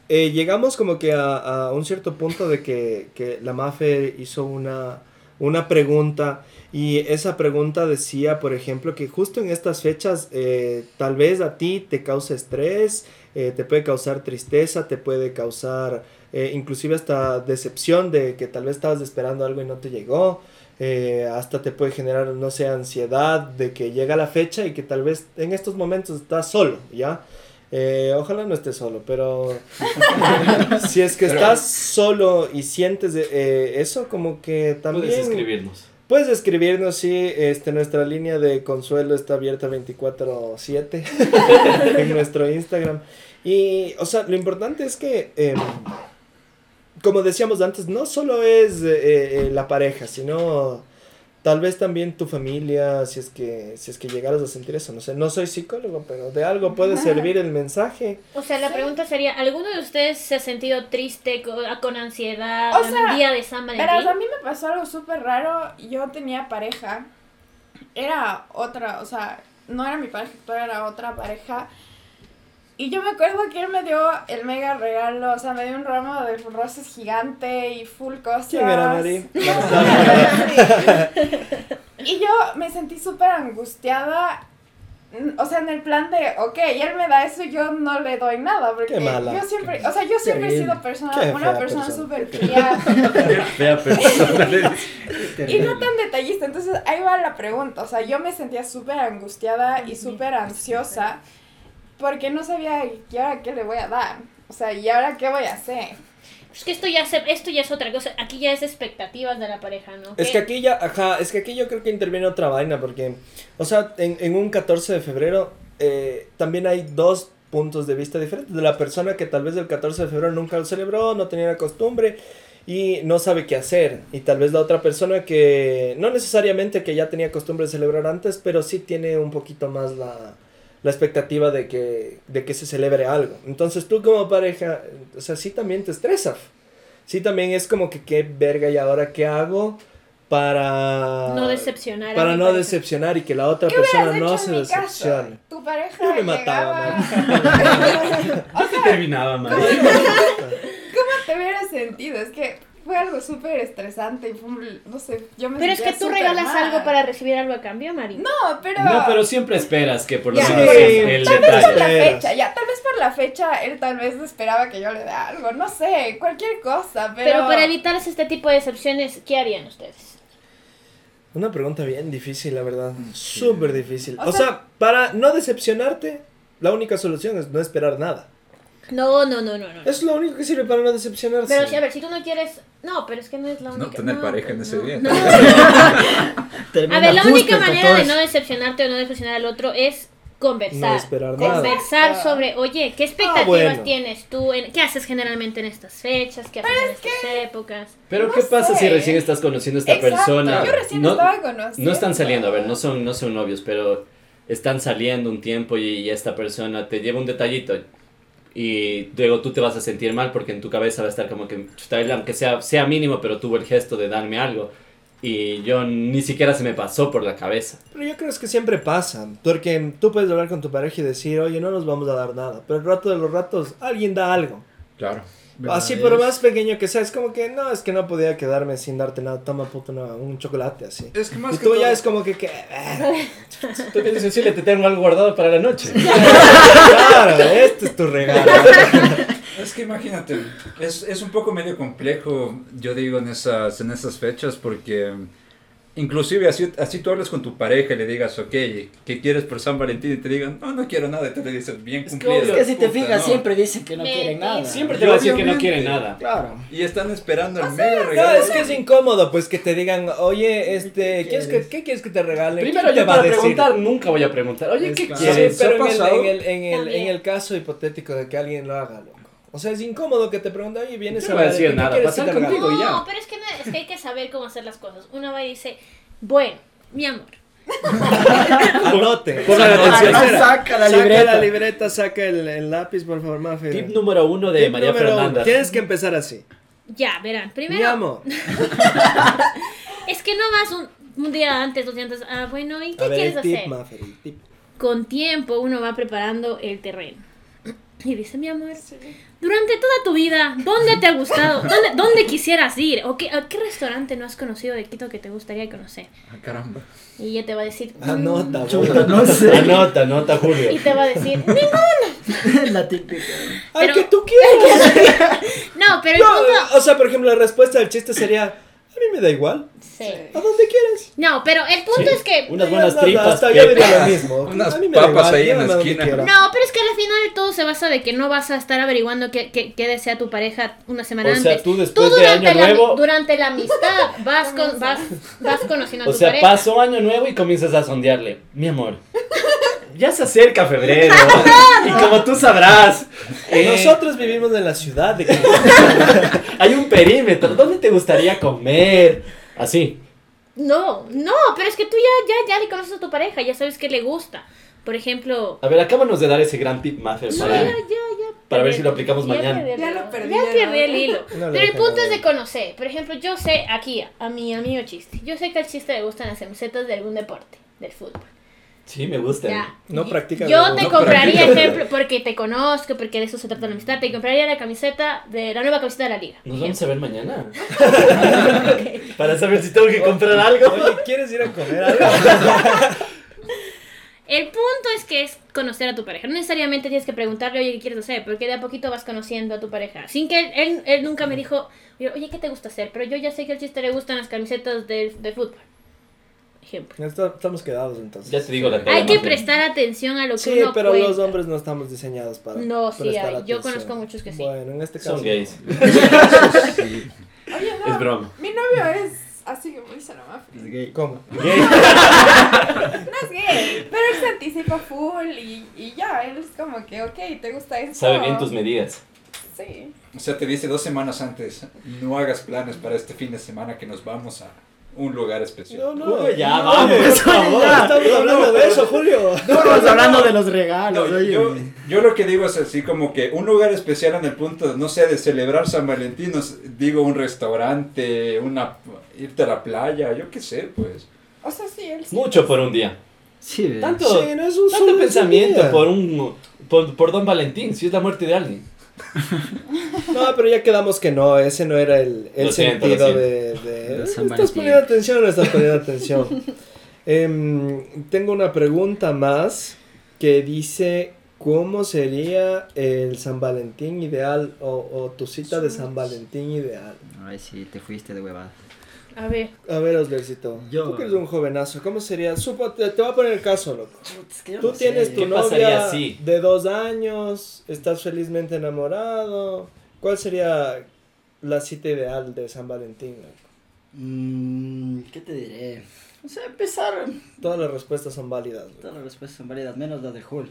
Speaker 2: eh, llegamos como que a, a un cierto punto de que, que la Mafe hizo una, una pregunta y esa pregunta decía, por ejemplo, que justo en estas fechas eh, tal vez a ti te cause estrés, eh, te puede causar tristeza, te puede causar eh, inclusive hasta decepción de que tal vez estabas esperando algo y no te llegó eh, hasta te puede generar, no sé, ansiedad de que llega la fecha y que tal vez en estos momentos estás solo, ¿ya? Eh, ojalá no estés solo, pero si es que
Speaker 7: Pero-
Speaker 2: estás solo y sientes eh, eso, como que
Speaker 3: Puedes
Speaker 2: también
Speaker 3: escribirnos.
Speaker 2: Puedes escribirnos si este, nuestra línea de consuelo está abierta 24/7 en nuestro Instagram. Y, o sea, lo importante es que, eh, como decíamos antes, no solo es eh, eh, la pareja, sino tal vez también tu familia, si es que si es que llegaras a sentir eso. No sé, no soy psicólogo, pero de algo puede servir el mensaje.
Speaker 4: O sea, la pregunta sería, ¿alguno de ustedes se ha sentido triste, co- con ansiedad,
Speaker 6: O
Speaker 4: el
Speaker 6: sea,
Speaker 4: día de San
Speaker 6: Verás, a
Speaker 4: Valentín?
Speaker 6: mí me pasó algo súper raro. Yo tenía pareja. Era otra, o sea, no era mi pareja actual, era otra pareja. Y yo me acuerdo que él me dio el mega regalo, o sea, me dio un ramo de rosas gigante y full cosas.
Speaker 2: ¿Quién era Mari?
Speaker 6: Y yo me sentí súper angustiada. n- O sea, en el plan de, ok, y él me da eso y yo no le doy nada. Porque
Speaker 2: Qué mala.
Speaker 6: yo siempre, o sea, yo siempre he sido
Speaker 5: horrible.
Speaker 6: persona,
Speaker 2: Qué
Speaker 6: una
Speaker 2: fea
Speaker 6: persona
Speaker 2: persona.
Speaker 6: súper fría.
Speaker 3: Fea persona. le dice.
Speaker 6: Y no tan detallista, entonces ahí va la pregunta, o sea, yo me sentía súper angustiada y súper ansiosa porque no sabía, ¿y ahora qué le voy a dar? O sea, ¿y ahora qué voy a hacer?
Speaker 4: Es que esto ya, se- esto ya es otra cosa, aquí ya es expectativas de la pareja, ¿no?
Speaker 2: Es que aquí ya, ajá, es que aquí yo creo que interviene otra vaina, porque, o sea, en, en un 14 de febrero eh, también hay dos puntos de vista diferentes de la persona que tal vez el 14 de febrero nunca lo celebró, no tenía la costumbre y no sabe qué hacer. Y tal vez la otra persona que no necesariamente que ya tenía costumbre de celebrar antes, pero sí tiene un poquito más la, la expectativa de que, de que se celebre algo. Entonces tú como pareja, o sea, sí también te estresa. Sí también es como que qué verga y ahora qué hago para...
Speaker 4: no decepcionar. a
Speaker 2: Para
Speaker 4: mi
Speaker 2: no
Speaker 4: pareja.
Speaker 2: decepcionar y que la otra
Speaker 6: ¿Qué
Speaker 2: persona
Speaker 6: has
Speaker 2: no
Speaker 6: hecho
Speaker 2: se
Speaker 6: en mi caso?
Speaker 2: decepcione.
Speaker 6: Tu pareja
Speaker 2: Yo me mataba,
Speaker 6: llegaba... ¿Cómo
Speaker 3: ¿Por qué terminaba mal?
Speaker 6: te hubiera sentido? Es que fue algo súper estresante y fue, un- no sé, yo me
Speaker 4: Pero es
Speaker 6: sentía
Speaker 4: que tú
Speaker 6: súper
Speaker 4: regalas
Speaker 6: mal.
Speaker 4: algo para recibir algo a cambio, Mari.
Speaker 6: No, pero...
Speaker 3: No, pero siempre esperas que por lo
Speaker 6: Ya,
Speaker 3: menos
Speaker 6: sí.
Speaker 3: el el
Speaker 6: Tal vez por la
Speaker 3: detalle.
Speaker 2: Esperas.
Speaker 6: fecha, ya, tal vez por la fecha él tal vez esperaba que yo le dé algo, no sé, cualquier cosa, pero...
Speaker 4: Pero... para evitarse este tipo de decepciones, ¿qué harían ustedes?
Speaker 2: Una pregunta bien difícil, la verdad. Súper difícil.
Speaker 6: O
Speaker 2: O, sea, para no decepcionarte, la única solución es no esperar nada.
Speaker 4: No, no, no, no, no.
Speaker 2: Es lo único que sirve para no decepcionarse.
Speaker 4: Pero si, a ver, si tú no quieres... No, pero es que no es la única...
Speaker 7: No tener pareja en ese
Speaker 4: no.
Speaker 7: día.
Speaker 4: No. A ver, la única manera de no decepcionarte o no decepcionar al otro es conversar.
Speaker 2: No esperar nada.
Speaker 4: conversar
Speaker 6: Exacto.
Speaker 4: sobre, oye, ¿qué expectativas
Speaker 2: bueno.
Speaker 4: tienes tú? en- ¿Qué haces generalmente en estas fechas? ¿Qué haces en estas épocas?
Speaker 3: Pero
Speaker 6: No
Speaker 3: ¿qué pasa si
Speaker 6: sé.
Speaker 3: recién estás conociendo a esta
Speaker 6: Exacto,
Speaker 3: persona?
Speaker 6: Yo recién
Speaker 3: no,
Speaker 6: estaba conociendo.
Speaker 3: no están saliendo, a ver, no son, no son novios, pero están saliendo un tiempo y, y esta persona te lleva un detallito y luego tú te vas a sentir mal porque en tu cabeza va a estar como que, chuta, él, aunque sea, sea mínimo, pero tuvo el gesto de darme algo. Y yo ni siquiera se me pasó por la cabeza.
Speaker 2: Pero yo creo es que siempre pasa, porque tú puedes hablar con tu pareja y decir, oye, no nos vamos a dar nada, pero el rato de los ratos alguien da algo.
Speaker 7: Claro.
Speaker 2: Así por más pequeño que sea, es como que, no, es que no podía quedarme sin darte nada, toma puto una- un chocolate así.
Speaker 7: Es que más
Speaker 2: Y Pues
Speaker 7: que
Speaker 2: tú
Speaker 7: todo-
Speaker 2: ya es como que, que "Ah,
Speaker 3: Tú tienes que decirle, te tengo algo guardado para la noche.
Speaker 2: claro, este es tu regalo.
Speaker 7: Es que imagínate, es, es un poco medio complejo, yo digo, en esas, en esas fechas, porque mm, inclusive así, así tú hablas con tu pareja y le digas, ok, ¿qué quieres por San Valentín? Y te digan, no, no quiero nada, y tú le dices, bien
Speaker 3: que
Speaker 7: cumplido.
Speaker 5: Es que si te
Speaker 7: puta,
Speaker 5: fijas,
Speaker 7: no".
Speaker 5: siempre dicen que no
Speaker 4: Me-
Speaker 5: quieren nada.
Speaker 3: Siempre te va a decir que no quiere nada.
Speaker 5: Claro.
Speaker 7: Y están esperando
Speaker 5: Ah,
Speaker 7: el mega
Speaker 2: No,
Speaker 7: regalo.
Speaker 2: es que es incómodo, pues que te digan, oye, este, ¿quieres que, ¿qué quieres que te regale?
Speaker 3: Primero
Speaker 2: ¿Quién te
Speaker 3: yo
Speaker 2: va
Speaker 3: para
Speaker 2: a decir?
Speaker 3: preguntar, nunca voy a preguntar, oye, ¿qué
Speaker 2: Sí, pero
Speaker 3: quieres?
Speaker 7: ¿Se ha
Speaker 2: en el-
Speaker 7: pasado?
Speaker 2: en el, en, el, en,
Speaker 4: También.
Speaker 2: el caso hipotético de que alguien lo haga, loco. O sea, es incómodo que te pregunten, oye, vienes
Speaker 3: No va a
Speaker 2: Valentín,
Speaker 3: decir
Speaker 2: ¿qué
Speaker 3: nada,
Speaker 2: quieres
Speaker 3: pasar
Speaker 2: que te regale?"
Speaker 3: contigo. Digo,
Speaker 4: no,
Speaker 3: ya.
Speaker 4: pero es que, no, es que hay que saber cómo hacer las cosas. Uno va y dice, bueno, mi amor,
Speaker 2: Anote.
Speaker 3: Pongan atención.
Speaker 2: Saca,
Speaker 5: Ah, Saca la
Speaker 2: saca
Speaker 5: libreta.
Speaker 2: la libreta, saca el, el lápiz, por favor, Mafe.
Speaker 3: Tip número uno de
Speaker 2: Tip
Speaker 3: María
Speaker 2: número uno,
Speaker 3: Fernanda.
Speaker 2: Tienes que empezar así.
Speaker 4: ya, verán,
Speaker 2: Mi
Speaker 4: primero...
Speaker 2: amor.
Speaker 4: Es que no vas un, un día antes, dos días antes, ah, bueno, ¿y qué
Speaker 2: A ver,
Speaker 4: quieres
Speaker 2: el tip,
Speaker 4: hacer?
Speaker 2: Mafe, el tip.
Speaker 4: con tiempo uno va preparando el terreno. Y dice, mi amor, durante toda tu vida, ¿dónde te ha gustado? ¿Dónde, dónde quisieras ir? ¿O qué, a qué restaurante no has conocido de Quito que te gustaría conocer?
Speaker 7: Ah, caramba.
Speaker 4: Y ella te va a decir, "Mm".
Speaker 3: Ah,
Speaker 2: Anota,
Speaker 5: Chuta,
Speaker 2: güey.
Speaker 5: no sé.
Speaker 3: Anota, anota, Julio.
Speaker 4: y te va a decir, "Ningún-".
Speaker 5: la típica.
Speaker 2: Al
Speaker 4: pero-
Speaker 2: que tú quieras.
Speaker 4: no, pero el
Speaker 2: No,
Speaker 4: punto,
Speaker 2: o sea, por ejemplo, la respuesta del chiste sería, A mí me da igual.
Speaker 4: Sí.
Speaker 2: A donde quieras.
Speaker 4: No, pero el punto
Speaker 3: Sí.
Speaker 4: es que...
Speaker 3: Unas
Speaker 2: Ya,
Speaker 3: buenas
Speaker 2: no, no,
Speaker 3: tripas.
Speaker 2: Hasta yo
Speaker 3: que-
Speaker 2: diría lo mismo.
Speaker 7: Unas
Speaker 2: a mí me da
Speaker 7: papas
Speaker 2: igual,
Speaker 7: ahí en la
Speaker 2: llévame a donde
Speaker 7: esquina.
Speaker 2: quiera.
Speaker 4: No, pero es que al final todo se basa de que no vas a estar averiguando qué, qué, qué desea tu pareja una semana
Speaker 3: O
Speaker 4: antes.
Speaker 3: sea, tú después de
Speaker 4: durante,
Speaker 3: Año
Speaker 4: la,
Speaker 3: Nuevo-
Speaker 4: durante la amistad vas, con- vas, vas conociendo a
Speaker 3: O
Speaker 4: tu
Speaker 3: sea,
Speaker 4: pareja.
Speaker 3: pasó año nuevo y comienzas a sondearle. Mi amor, ya se acerca febrero. y como tú sabrás, eh,
Speaker 2: Nosotros vivimos en la ciudad de
Speaker 3: hay un perímetro. ¿Dónde te gustaría comer? Así.
Speaker 4: No, no, pero es que tú ya, ya, ya le conoces a tu pareja, ya sabes qué le gusta. Por ejemplo...
Speaker 3: A ver, acábanos de dar ese gran tip, Maffer,
Speaker 4: No,
Speaker 3: para,
Speaker 4: ya, ya, ya.
Speaker 3: para ver
Speaker 4: perdí-
Speaker 3: si lo aplicamos
Speaker 4: ya
Speaker 3: mañana.
Speaker 4: perdí el
Speaker 6: Ya lo
Speaker 4: hilo.
Speaker 6: perdí,
Speaker 4: Ya
Speaker 6: ¿no?
Speaker 4: perdí el
Speaker 2: No
Speaker 4: hilo.
Speaker 2: lo
Speaker 4: Pero el
Speaker 2: dejemos
Speaker 4: punto es
Speaker 2: de-
Speaker 4: de conocer. Por ejemplo, yo sé aquí, a mi amigo chiste, yo sé que al chiste le gustan las camisetas de algún deporte, del fútbol.
Speaker 3: Sí, me gusta.
Speaker 4: Ya.
Speaker 2: No practica
Speaker 4: Yo
Speaker 2: algo,
Speaker 4: te
Speaker 2: no
Speaker 4: compraría,
Speaker 7: practica.
Speaker 4: ejemplo, porque te conozco, porque de eso se trata la amistad, te compraría la camiseta de la nueva camiseta de la liga.
Speaker 3: Nos vamos a ver mañana. para saber si tengo que comprar algo.
Speaker 2: Oye, ¿quieres ir a comer algo?
Speaker 4: El punto es que es conocer a tu pareja. No necesariamente tienes que preguntarle, oye, ¿qué quieres hacer? Porque de a poquito vas conociendo a tu pareja. Sin que él, él, él nunca me dijo, oye, ¿qué te gusta hacer? Pero yo ya sé que al chiste le gustan las camisetas de, de fútbol. Ejemplo.
Speaker 2: Ya está- Estamos quedados entonces.
Speaker 3: Ya te digo la
Speaker 4: Hay
Speaker 3: tarea,
Speaker 4: que
Speaker 3: Maffer.
Speaker 4: prestar atención a lo que
Speaker 2: Sí,
Speaker 4: uno
Speaker 2: pero
Speaker 4: cuenta.
Speaker 2: los hombres no estamos diseñados para.
Speaker 4: No, sí,
Speaker 2: prestar
Speaker 4: hay. Yo
Speaker 2: atención.
Speaker 4: conozco muchos que sí.
Speaker 2: Bueno, en este caso.
Speaker 3: Son gays.
Speaker 6: Oye,
Speaker 3: Es
Speaker 6: no,
Speaker 3: broma.
Speaker 6: mi novio es así como dice la mafia.
Speaker 5: Es gay.
Speaker 2: ¿Cómo?
Speaker 6: No es gay, pero él se anticipa full y, y ya, él es como que, ok, ¿te gusta esto?
Speaker 3: Sabe bien tus medidas.
Speaker 6: Sí.
Speaker 7: O sea, te dice dos semanas antes, no hagas planes para este fin de semana que nos vamos a un lugar especial.
Speaker 2: No, no.
Speaker 3: Uy, ya,
Speaker 2: No,
Speaker 3: vamos,
Speaker 2: oye, No
Speaker 3: por favor.
Speaker 2: estamos hablando de eso, Julio.
Speaker 5: Estamos hablando de los
Speaker 7: No,
Speaker 5: regalos, Ah, oye.
Speaker 7: yo, yo lo que digo es así como que un lugar especial en el punto, no sé, de celebrar San Valentín, no sé, digo un restaurante, una irte a la playa, yo qué sé, pues.
Speaker 6: O sea, sí, él sí.
Speaker 3: Mucho por un día.
Speaker 5: Sí, ve.
Speaker 3: Tanto,
Speaker 2: Sí, no es un
Speaker 3: tanto
Speaker 2: solo
Speaker 3: pensamiento
Speaker 2: día.
Speaker 3: por un por, por Don Valentín, si es la muerte de alguien.
Speaker 2: No, pero ya quedamos que no. Ese no era el, el
Speaker 3: Lo siento, lo
Speaker 2: sentido
Speaker 3: siento.
Speaker 2: de. de-
Speaker 5: De San
Speaker 2: ¿Estás
Speaker 5: Valentín.
Speaker 2: poniendo atención o no estás poniendo atención? Em, tengo una pregunta más que dice. ¿Cómo sería el San Valentín ideal o, o tu cita de San Valentín ideal?
Speaker 5: Ay, sí, te fuiste de huevada.
Speaker 4: A ver,
Speaker 2: A ver, Oslercito,
Speaker 5: Yo-
Speaker 2: tú que eres un jovenazo, ¿cómo sería? Supo, te, te voy a poner el caso, loco. Tú tienes tu
Speaker 3: ¿Qué
Speaker 2: novia
Speaker 3: pasaría si?
Speaker 2: de dos años, estás felizmente enamorado. ¿Cuál sería la cita ideal de San Valentín? loco?
Speaker 5: Mm, ¿Qué te diré? O sea, empezar.
Speaker 2: Todas las respuestas son válidas. loco.
Speaker 5: Todas las respuestas son válidas, menos la de Hulk.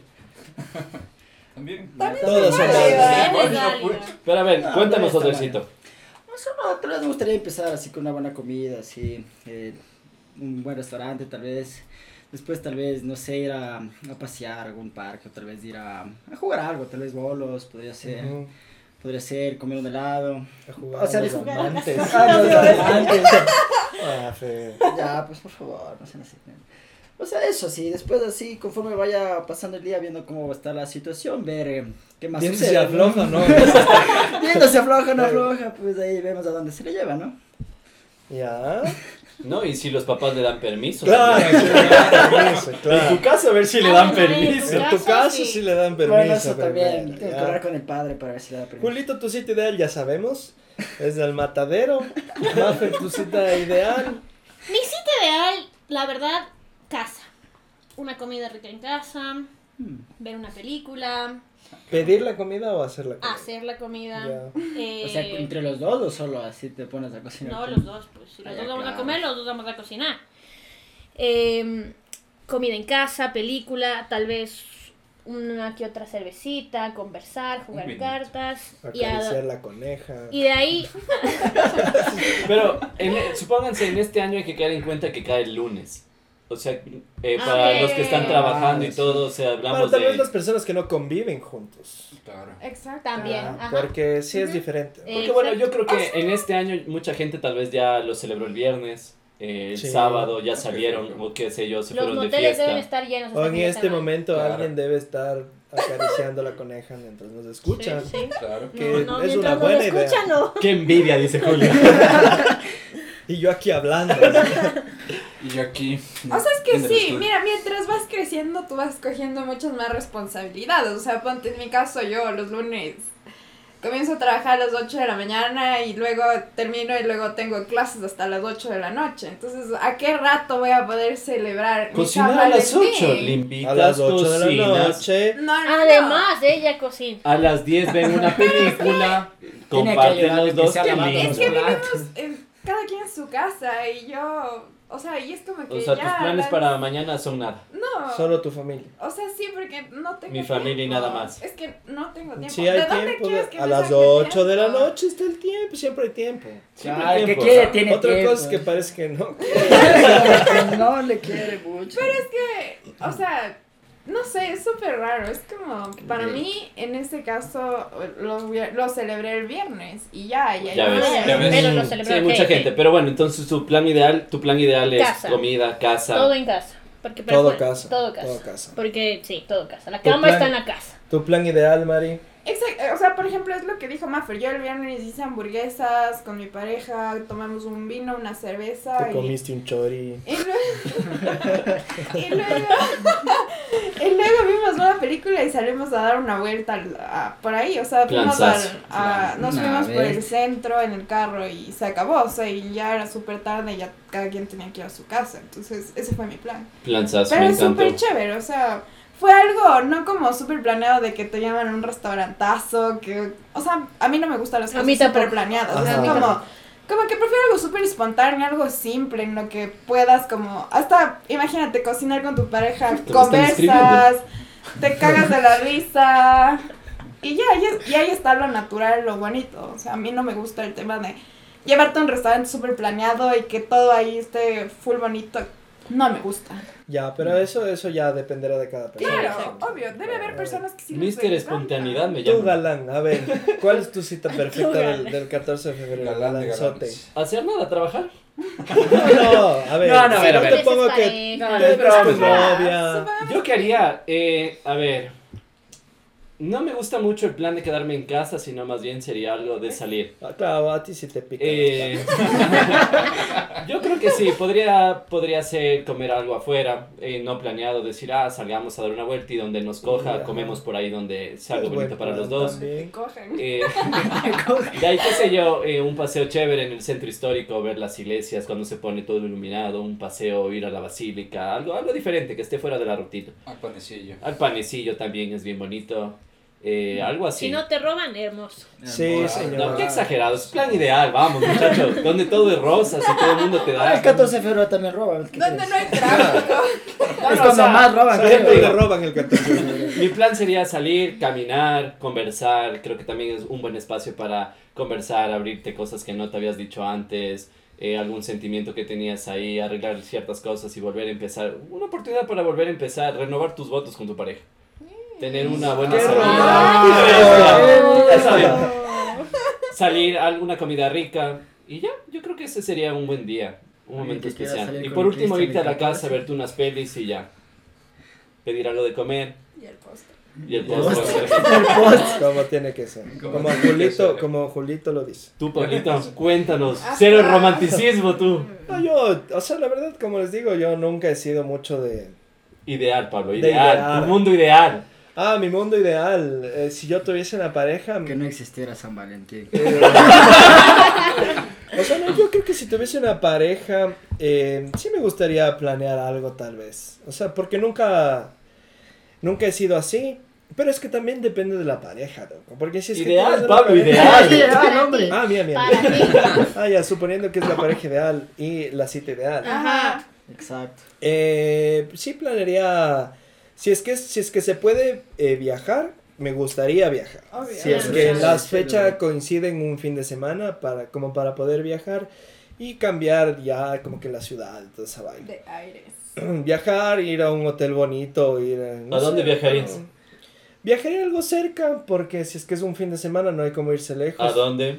Speaker 7: También.
Speaker 2: Todas son válidas.
Speaker 4: válidas.
Speaker 6: ¿eh?
Speaker 7: Bueno,
Speaker 4: válido.
Speaker 7: pues,
Speaker 3: Pero a ver,
Speaker 5: Ah,
Speaker 3: cuéntanos,
Speaker 5: está
Speaker 3: Odrecito.
Speaker 5: O sea, no, tal vez me gustaría empezar así con una buena comida, así. eh, un buen restaurante, tal vez. Después, tal vez, no sé, ir a, a pasear a algún parque, o tal vez ir a, a jugar algo, tal vez bolos, podría ser.
Speaker 2: Ujú.
Speaker 5: Podría ser comer un helado.
Speaker 2: A jugar
Speaker 5: O sea,
Speaker 2: a los
Speaker 5: disfrutar.
Speaker 2: amantes.
Speaker 5: Ah, los amantes.
Speaker 2: Ah, fe.
Speaker 5: Ya, pues por favor, no sean así. O sea, eso sí, después así, conforme vaya pasando el día, viendo cómo va a estar la situación, ver eh, qué más
Speaker 2: Bien
Speaker 5: sucede.
Speaker 2: se afloja,
Speaker 5: ¿no?
Speaker 2: ¿no?
Speaker 5: Viendo si afloja o no afloja, pues ahí vemos a dónde se le lleva, ¿no?
Speaker 2: ¿Ya?
Speaker 3: No, y si los papás le dan permiso.
Speaker 2: Claro,
Speaker 3: también.
Speaker 2: sí, le dan permiso,
Speaker 3: En
Speaker 2: claro.
Speaker 3: tu caso a ver si le
Speaker 4: Ah,
Speaker 3: dan
Speaker 4: bueno, ahí en
Speaker 3: permiso.
Speaker 2: En tu caso sí le dan permiso.
Speaker 5: bueno, eso
Speaker 2: pero
Speaker 5: también.
Speaker 2: bueno,
Speaker 5: Tengo que
Speaker 2: ya.
Speaker 5: hablar con el padre para ver si le da permiso.
Speaker 2: Julito, tu cita ideal ya sabemos. Es del matadero. Mafe, tu cita ideal.
Speaker 4: mi cita ideal, la verdad, casa. Una comida rica en casa,
Speaker 5: Hmm.
Speaker 4: ver una película,
Speaker 2: ¿Pedir la comida o hacer la comida?
Speaker 4: hacer la comida.
Speaker 2: Ya.
Speaker 4: eh,
Speaker 5: O sea, entre los dos o solo así te pones a cocinar.
Speaker 4: No,
Speaker 5: tú?
Speaker 4: los dos, pues si los
Speaker 5: Ah,
Speaker 4: dos
Speaker 5: ya,
Speaker 4: vamos a
Speaker 5: claro.
Speaker 4: comer, los dos vamos a cocinar. Eh, comida en casa, película, tal vez una que otra cervecita, conversar, jugar
Speaker 7: vinito.
Speaker 4: cartas y, a-
Speaker 2: Acariciar la coneja.
Speaker 4: y de ahí,
Speaker 3: Pero en- e, supónganse, en este año hay que caer en cuenta que cae el lunes. O sea, eh, para
Speaker 4: Ah, Ok.
Speaker 3: los que están trabajando y todo, o sea,
Speaker 2: Bueno,
Speaker 3: hablamos
Speaker 2: Ah, tal vez
Speaker 3: de...
Speaker 2: las personas que no conviven juntos.
Speaker 7: claro.
Speaker 6: Exacto.
Speaker 4: También.
Speaker 2: ¿ah?
Speaker 4: ajá.
Speaker 2: Porque sí es diferente.
Speaker 4: Eh,
Speaker 3: Porque bueno, yo creo que en este año mucha gente tal vez ya lo celebró el viernes, eh, el
Speaker 2: Sí.
Speaker 3: sábado, ya salieron, o qué sé yo, se
Speaker 4: los
Speaker 3: fueron de
Speaker 4: moteles
Speaker 3: fiesta.
Speaker 4: deben estar llenos.
Speaker 2: O
Speaker 4: hasta
Speaker 2: en
Speaker 4: fin de
Speaker 2: este
Speaker 4: semana.
Speaker 2: momento
Speaker 7: Claro.
Speaker 2: alguien debe estar acariciando la coneja mientras nos escuchan.
Speaker 4: Sí, sí.
Speaker 7: Claro.
Speaker 2: Que
Speaker 4: No, no,
Speaker 2: es
Speaker 4: mientras
Speaker 2: una
Speaker 4: no
Speaker 2: buena
Speaker 4: me
Speaker 2: idea.
Speaker 4: escuchan, no.
Speaker 3: ¡Qué envidia! Dice Julio.
Speaker 2: Y yo aquí hablando. ¿no?
Speaker 7: Y yo aquí.
Speaker 6: O sea, es que
Speaker 7: en el
Speaker 6: sí,
Speaker 7: estudio.
Speaker 6: mira, mientras vas creciendo tú vas cogiendo muchas más responsabilidades. O sea, ponte en mi caso yo los lunes comienzo a trabajar a las 8 de la mañana y luego termino y luego tengo clases hasta las 8 de la noche. Entonces, ¿a qué rato voy a poder celebrar? mi San
Speaker 3: Cocinar a las 8,
Speaker 6: Valentín?
Speaker 3: le invitas
Speaker 2: A las 8 de la
Speaker 3: cocinas.
Speaker 2: noche.
Speaker 6: No, no, no.
Speaker 4: Ah, Además, ella cocina.
Speaker 3: A las 10 ven una película,
Speaker 5: Tiene que
Speaker 3: comparten
Speaker 5: ayudarle
Speaker 3: los
Speaker 5: que
Speaker 3: dos.
Speaker 5: sea la
Speaker 3: qué
Speaker 5: mano.
Speaker 3: lindo.
Speaker 6: Es que
Speaker 5: Claro.
Speaker 6: vivimos eh, cada quien en su casa y yo, o sea, y es como que
Speaker 3: O sea,
Speaker 6: ya
Speaker 3: tus planes
Speaker 6: la-
Speaker 3: para mañana son nada.
Speaker 6: No,
Speaker 2: Solo tu familia.
Speaker 6: o sea, sí, porque no tengo
Speaker 3: Mi familia y
Speaker 6: tiempo.
Speaker 3: nada más.
Speaker 6: Es que no tengo tiempo.
Speaker 2: Si hay
Speaker 6: ¿De dónde
Speaker 2: tiempo,
Speaker 6: quieres que
Speaker 2: a
Speaker 6: me
Speaker 2: las
Speaker 6: saque
Speaker 2: 8 de la
Speaker 6: tiempo?
Speaker 2: noche está el tiempo, siempre hay tiempo.
Speaker 3: Siempre
Speaker 5: Ah, el que
Speaker 3: tiempo.
Speaker 5: quiere tiene
Speaker 2: Otra
Speaker 5: tiempo.
Speaker 2: cosa es que parece que no.
Speaker 5: que no le quiere mucho.
Speaker 6: que, o sea, no sé, es súper raro. Es como, para mí, en este caso, lo, vi- lo celebré el viernes y ya, y ahí
Speaker 3: Ya ves,
Speaker 6: fue.
Speaker 3: ya ves.
Speaker 4: Ah, Pero lo
Speaker 3: Sí,
Speaker 4: celebró
Speaker 3: hay mucha
Speaker 4: ok, ok.
Speaker 3: gente. Pero bueno, entonces tu plan ideal, tu plan ideal es
Speaker 4: Casa.
Speaker 3: comida, casa.
Speaker 4: Todo en casa. Porque, pero
Speaker 2: Todo
Speaker 4: bueno,
Speaker 2: casa.
Speaker 4: Todo casa.
Speaker 2: Todo casa.
Speaker 4: Porque sí, todo casa. La
Speaker 2: Tu
Speaker 4: cama
Speaker 2: plan-
Speaker 4: está en la casa.
Speaker 2: Tu plan ideal, Mari.
Speaker 6: Exacto, o sea, por ejemplo, es lo que dijo Maffer. Yo el viernes hice hamburguesas con mi pareja, tomamos un vino, una cerveza.
Speaker 2: Te
Speaker 6: y-
Speaker 2: comiste un chori.
Speaker 6: Y luego, y, luego, y luego vimos una película y salimos a dar una vuelta al- a- por ahí, o sea, fuimos
Speaker 3: Planazo.
Speaker 6: al- a- nos
Speaker 5: Nah,
Speaker 6: fuimos por
Speaker 5: ves.
Speaker 6: el centro en el carro y se acabó, o sea, y ya era súper tarde y ya cada quien tenía que ir a su casa, entonces ese fue mi plan.
Speaker 3: Planzas,
Speaker 6: Pero
Speaker 3: me
Speaker 6: es
Speaker 3: encantó.
Speaker 6: súper chévere, o sea, fue algo no como súper planeado de que te llaman a un restaurantazo, que, o sea, a mí no me gustan las
Speaker 4: A
Speaker 6: cosas
Speaker 4: mí tampoco.
Speaker 6: súper planeadas, o
Speaker 2: Ajá.
Speaker 6: sea,
Speaker 2: A mí
Speaker 6: como,
Speaker 4: tampoco.
Speaker 6: como que prefiero algo súper espontáneo, algo simple, en lo que puedas como, hasta imagínate cocinar con tu pareja,
Speaker 3: Te lo están
Speaker 6: conversas, te cagas de la risa. Y ya, y, y ahí está lo natural, lo bonito. O sea, a mí no me gusta el tema de llevarte a un restaurante súper planeado y que todo ahí esté full bonito. No me gusta.
Speaker 2: Ya, pero eso, eso ya dependerá de cada persona.
Speaker 6: Claro, obvio, debe haber personas que sí les
Speaker 3: Mister
Speaker 6: encanta.
Speaker 3: Espontaneidad me
Speaker 2: Tú,
Speaker 3: llama.
Speaker 2: galán, a ver, ¿cuál es tu cita perfecta del,
Speaker 4: galán.
Speaker 2: del 14 de febrero?
Speaker 7: Galán de
Speaker 2: Galanzote.
Speaker 7: galanes.
Speaker 3: Hacer nada, trabajar.
Speaker 2: No, a ver,
Speaker 3: No, no, a
Speaker 2: si
Speaker 3: ver,
Speaker 2: no
Speaker 3: a ver.
Speaker 2: te pongo que
Speaker 4: Pareja.
Speaker 5: No,
Speaker 2: te
Speaker 5: es
Speaker 2: entras tu
Speaker 6: Ah,
Speaker 2: novia.
Speaker 6: supongo-
Speaker 3: Yo quería, eh, a ver, no me gusta mucho el plan de quedarme en casa, sino más bien sería algo de salir.
Speaker 2: Ah, Claro, a ti sí te pica.
Speaker 3: Eh, yo creo que sí, podría, podría ser comer algo afuera, eh, no planeado, decir, ah, salgamos a dar una vuelta y donde nos coja,
Speaker 2: Ya. Pues
Speaker 3: comemos por ahí donde sea
Speaker 2: Es
Speaker 3: algo
Speaker 2: buen
Speaker 3: bonito para
Speaker 2: plan
Speaker 3: los dos.
Speaker 2: también.
Speaker 6: Te cogen.
Speaker 3: Eh, de ahí, qué sé yo, eh, un paseo chévere en el centro histórico, ver las iglesias cuando se pone todo iluminado, un paseo, ir a la basílica, algo, algo diferente que esté fuera de la rutina.
Speaker 7: Ah, panecillo.
Speaker 3: Al panecillo también es bien bonito, eh, algo así.
Speaker 4: Mm. Si no te roban, hermoso.
Speaker 2: Sí,
Speaker 3: No,
Speaker 2: señor.
Speaker 3: qué exagerado, es plan ideal, vamos muchachos, donde todo es rosas y todo el mundo te da.
Speaker 5: El 14 de febrero también roban. ¿qué
Speaker 6: Donde
Speaker 5: crees?
Speaker 6: no hay tráfico.
Speaker 3: Bueno,
Speaker 5: es cuando
Speaker 3: o sea,
Speaker 5: más roban.
Speaker 2: ¿Sabes
Speaker 5: creo.
Speaker 2: dónde roban el 14 de febrero?
Speaker 3: Mi plan sería salir, caminar, conversar. Creo que también es un buen espacio para conversar, abrirte cosas que no te habías dicho antes, eh, algún sentimiento que tenías ahí, arreglar ciertas cosas y volver a empezar. Una oportunidad para volver a empezar, renovar tus votos con tu pareja. Tener una buena
Speaker 2: ¡Qué
Speaker 3: salida.
Speaker 2: romántico!
Speaker 3: Ya saben, salir a alguna comida rica y ya, yo creo que ese sería un buen día, un
Speaker 5: Ay,
Speaker 3: momento
Speaker 5: que quieras
Speaker 3: especial.
Speaker 5: salir
Speaker 3: Y
Speaker 5: con
Speaker 3: por último
Speaker 5: Cristian
Speaker 3: irte a la
Speaker 5: el
Speaker 3: casa,
Speaker 5: 14.
Speaker 3: verte unas pelis y ya. Pedir algo de comer
Speaker 6: Y el postre.
Speaker 3: y el
Speaker 5: Y el
Speaker 3: postre.
Speaker 2: Como tiene que ser.
Speaker 7: Como
Speaker 2: Como
Speaker 7: tiene que
Speaker 2: Julito,
Speaker 7: ser.
Speaker 2: como Julito lo dice.
Speaker 3: Tú, Pablito, cuéntanos.
Speaker 6: Ah,
Speaker 3: Cero romanticismo, tú.
Speaker 2: No, yo, o sea, la verdad, como les digo, yo nunca he sido mucho de...
Speaker 3: Ideal, Pablo,
Speaker 2: De
Speaker 3: ideal.
Speaker 2: ideal.
Speaker 3: Tu mundo ideal.
Speaker 2: Ah, mi mundo ideal. eh, si yo tuviese una pareja...
Speaker 5: Que no existiera San Valentín.
Speaker 2: eh, o sea, no, yo creo que si tuviese una pareja, eh, sí me gustaría planear algo tal vez. O sea, porque nunca, nunca he sido así. Pero es que también depende de la pareja, loco. Porque si es que
Speaker 3: Ideal,
Speaker 2: tienes una
Speaker 3: Pablo,
Speaker 2: pareja-
Speaker 3: ideal.
Speaker 5: Ah,
Speaker 4: hombre.
Speaker 2: Ah, mira, mira.
Speaker 4: Para ti.
Speaker 2: Ah, ya, suponiendo que es la pareja ideal y la cita ideal.
Speaker 4: Ajá.
Speaker 5: Exacto.
Speaker 2: Eh, sí planearía, si es que si es que se puede eh, viajar, me gustaría viajar.
Speaker 6: Obvio.
Speaker 2: Si es
Speaker 4: Claro,
Speaker 2: que
Speaker 4: sí,
Speaker 2: las
Speaker 5: sí,
Speaker 2: fechas
Speaker 5: sí.
Speaker 2: coinciden un fin de semana para como para poder viajar y cambiar ya como que la ciudad, toda esa vaina.
Speaker 6: De aires.
Speaker 2: Viajar, ir a un hotel bonito, ir a, no
Speaker 3: ¿A dónde viajarías?
Speaker 2: Viajaría algo cerca porque si es que es un fin de semana no hay como irse lejos.
Speaker 3: ¿A dónde?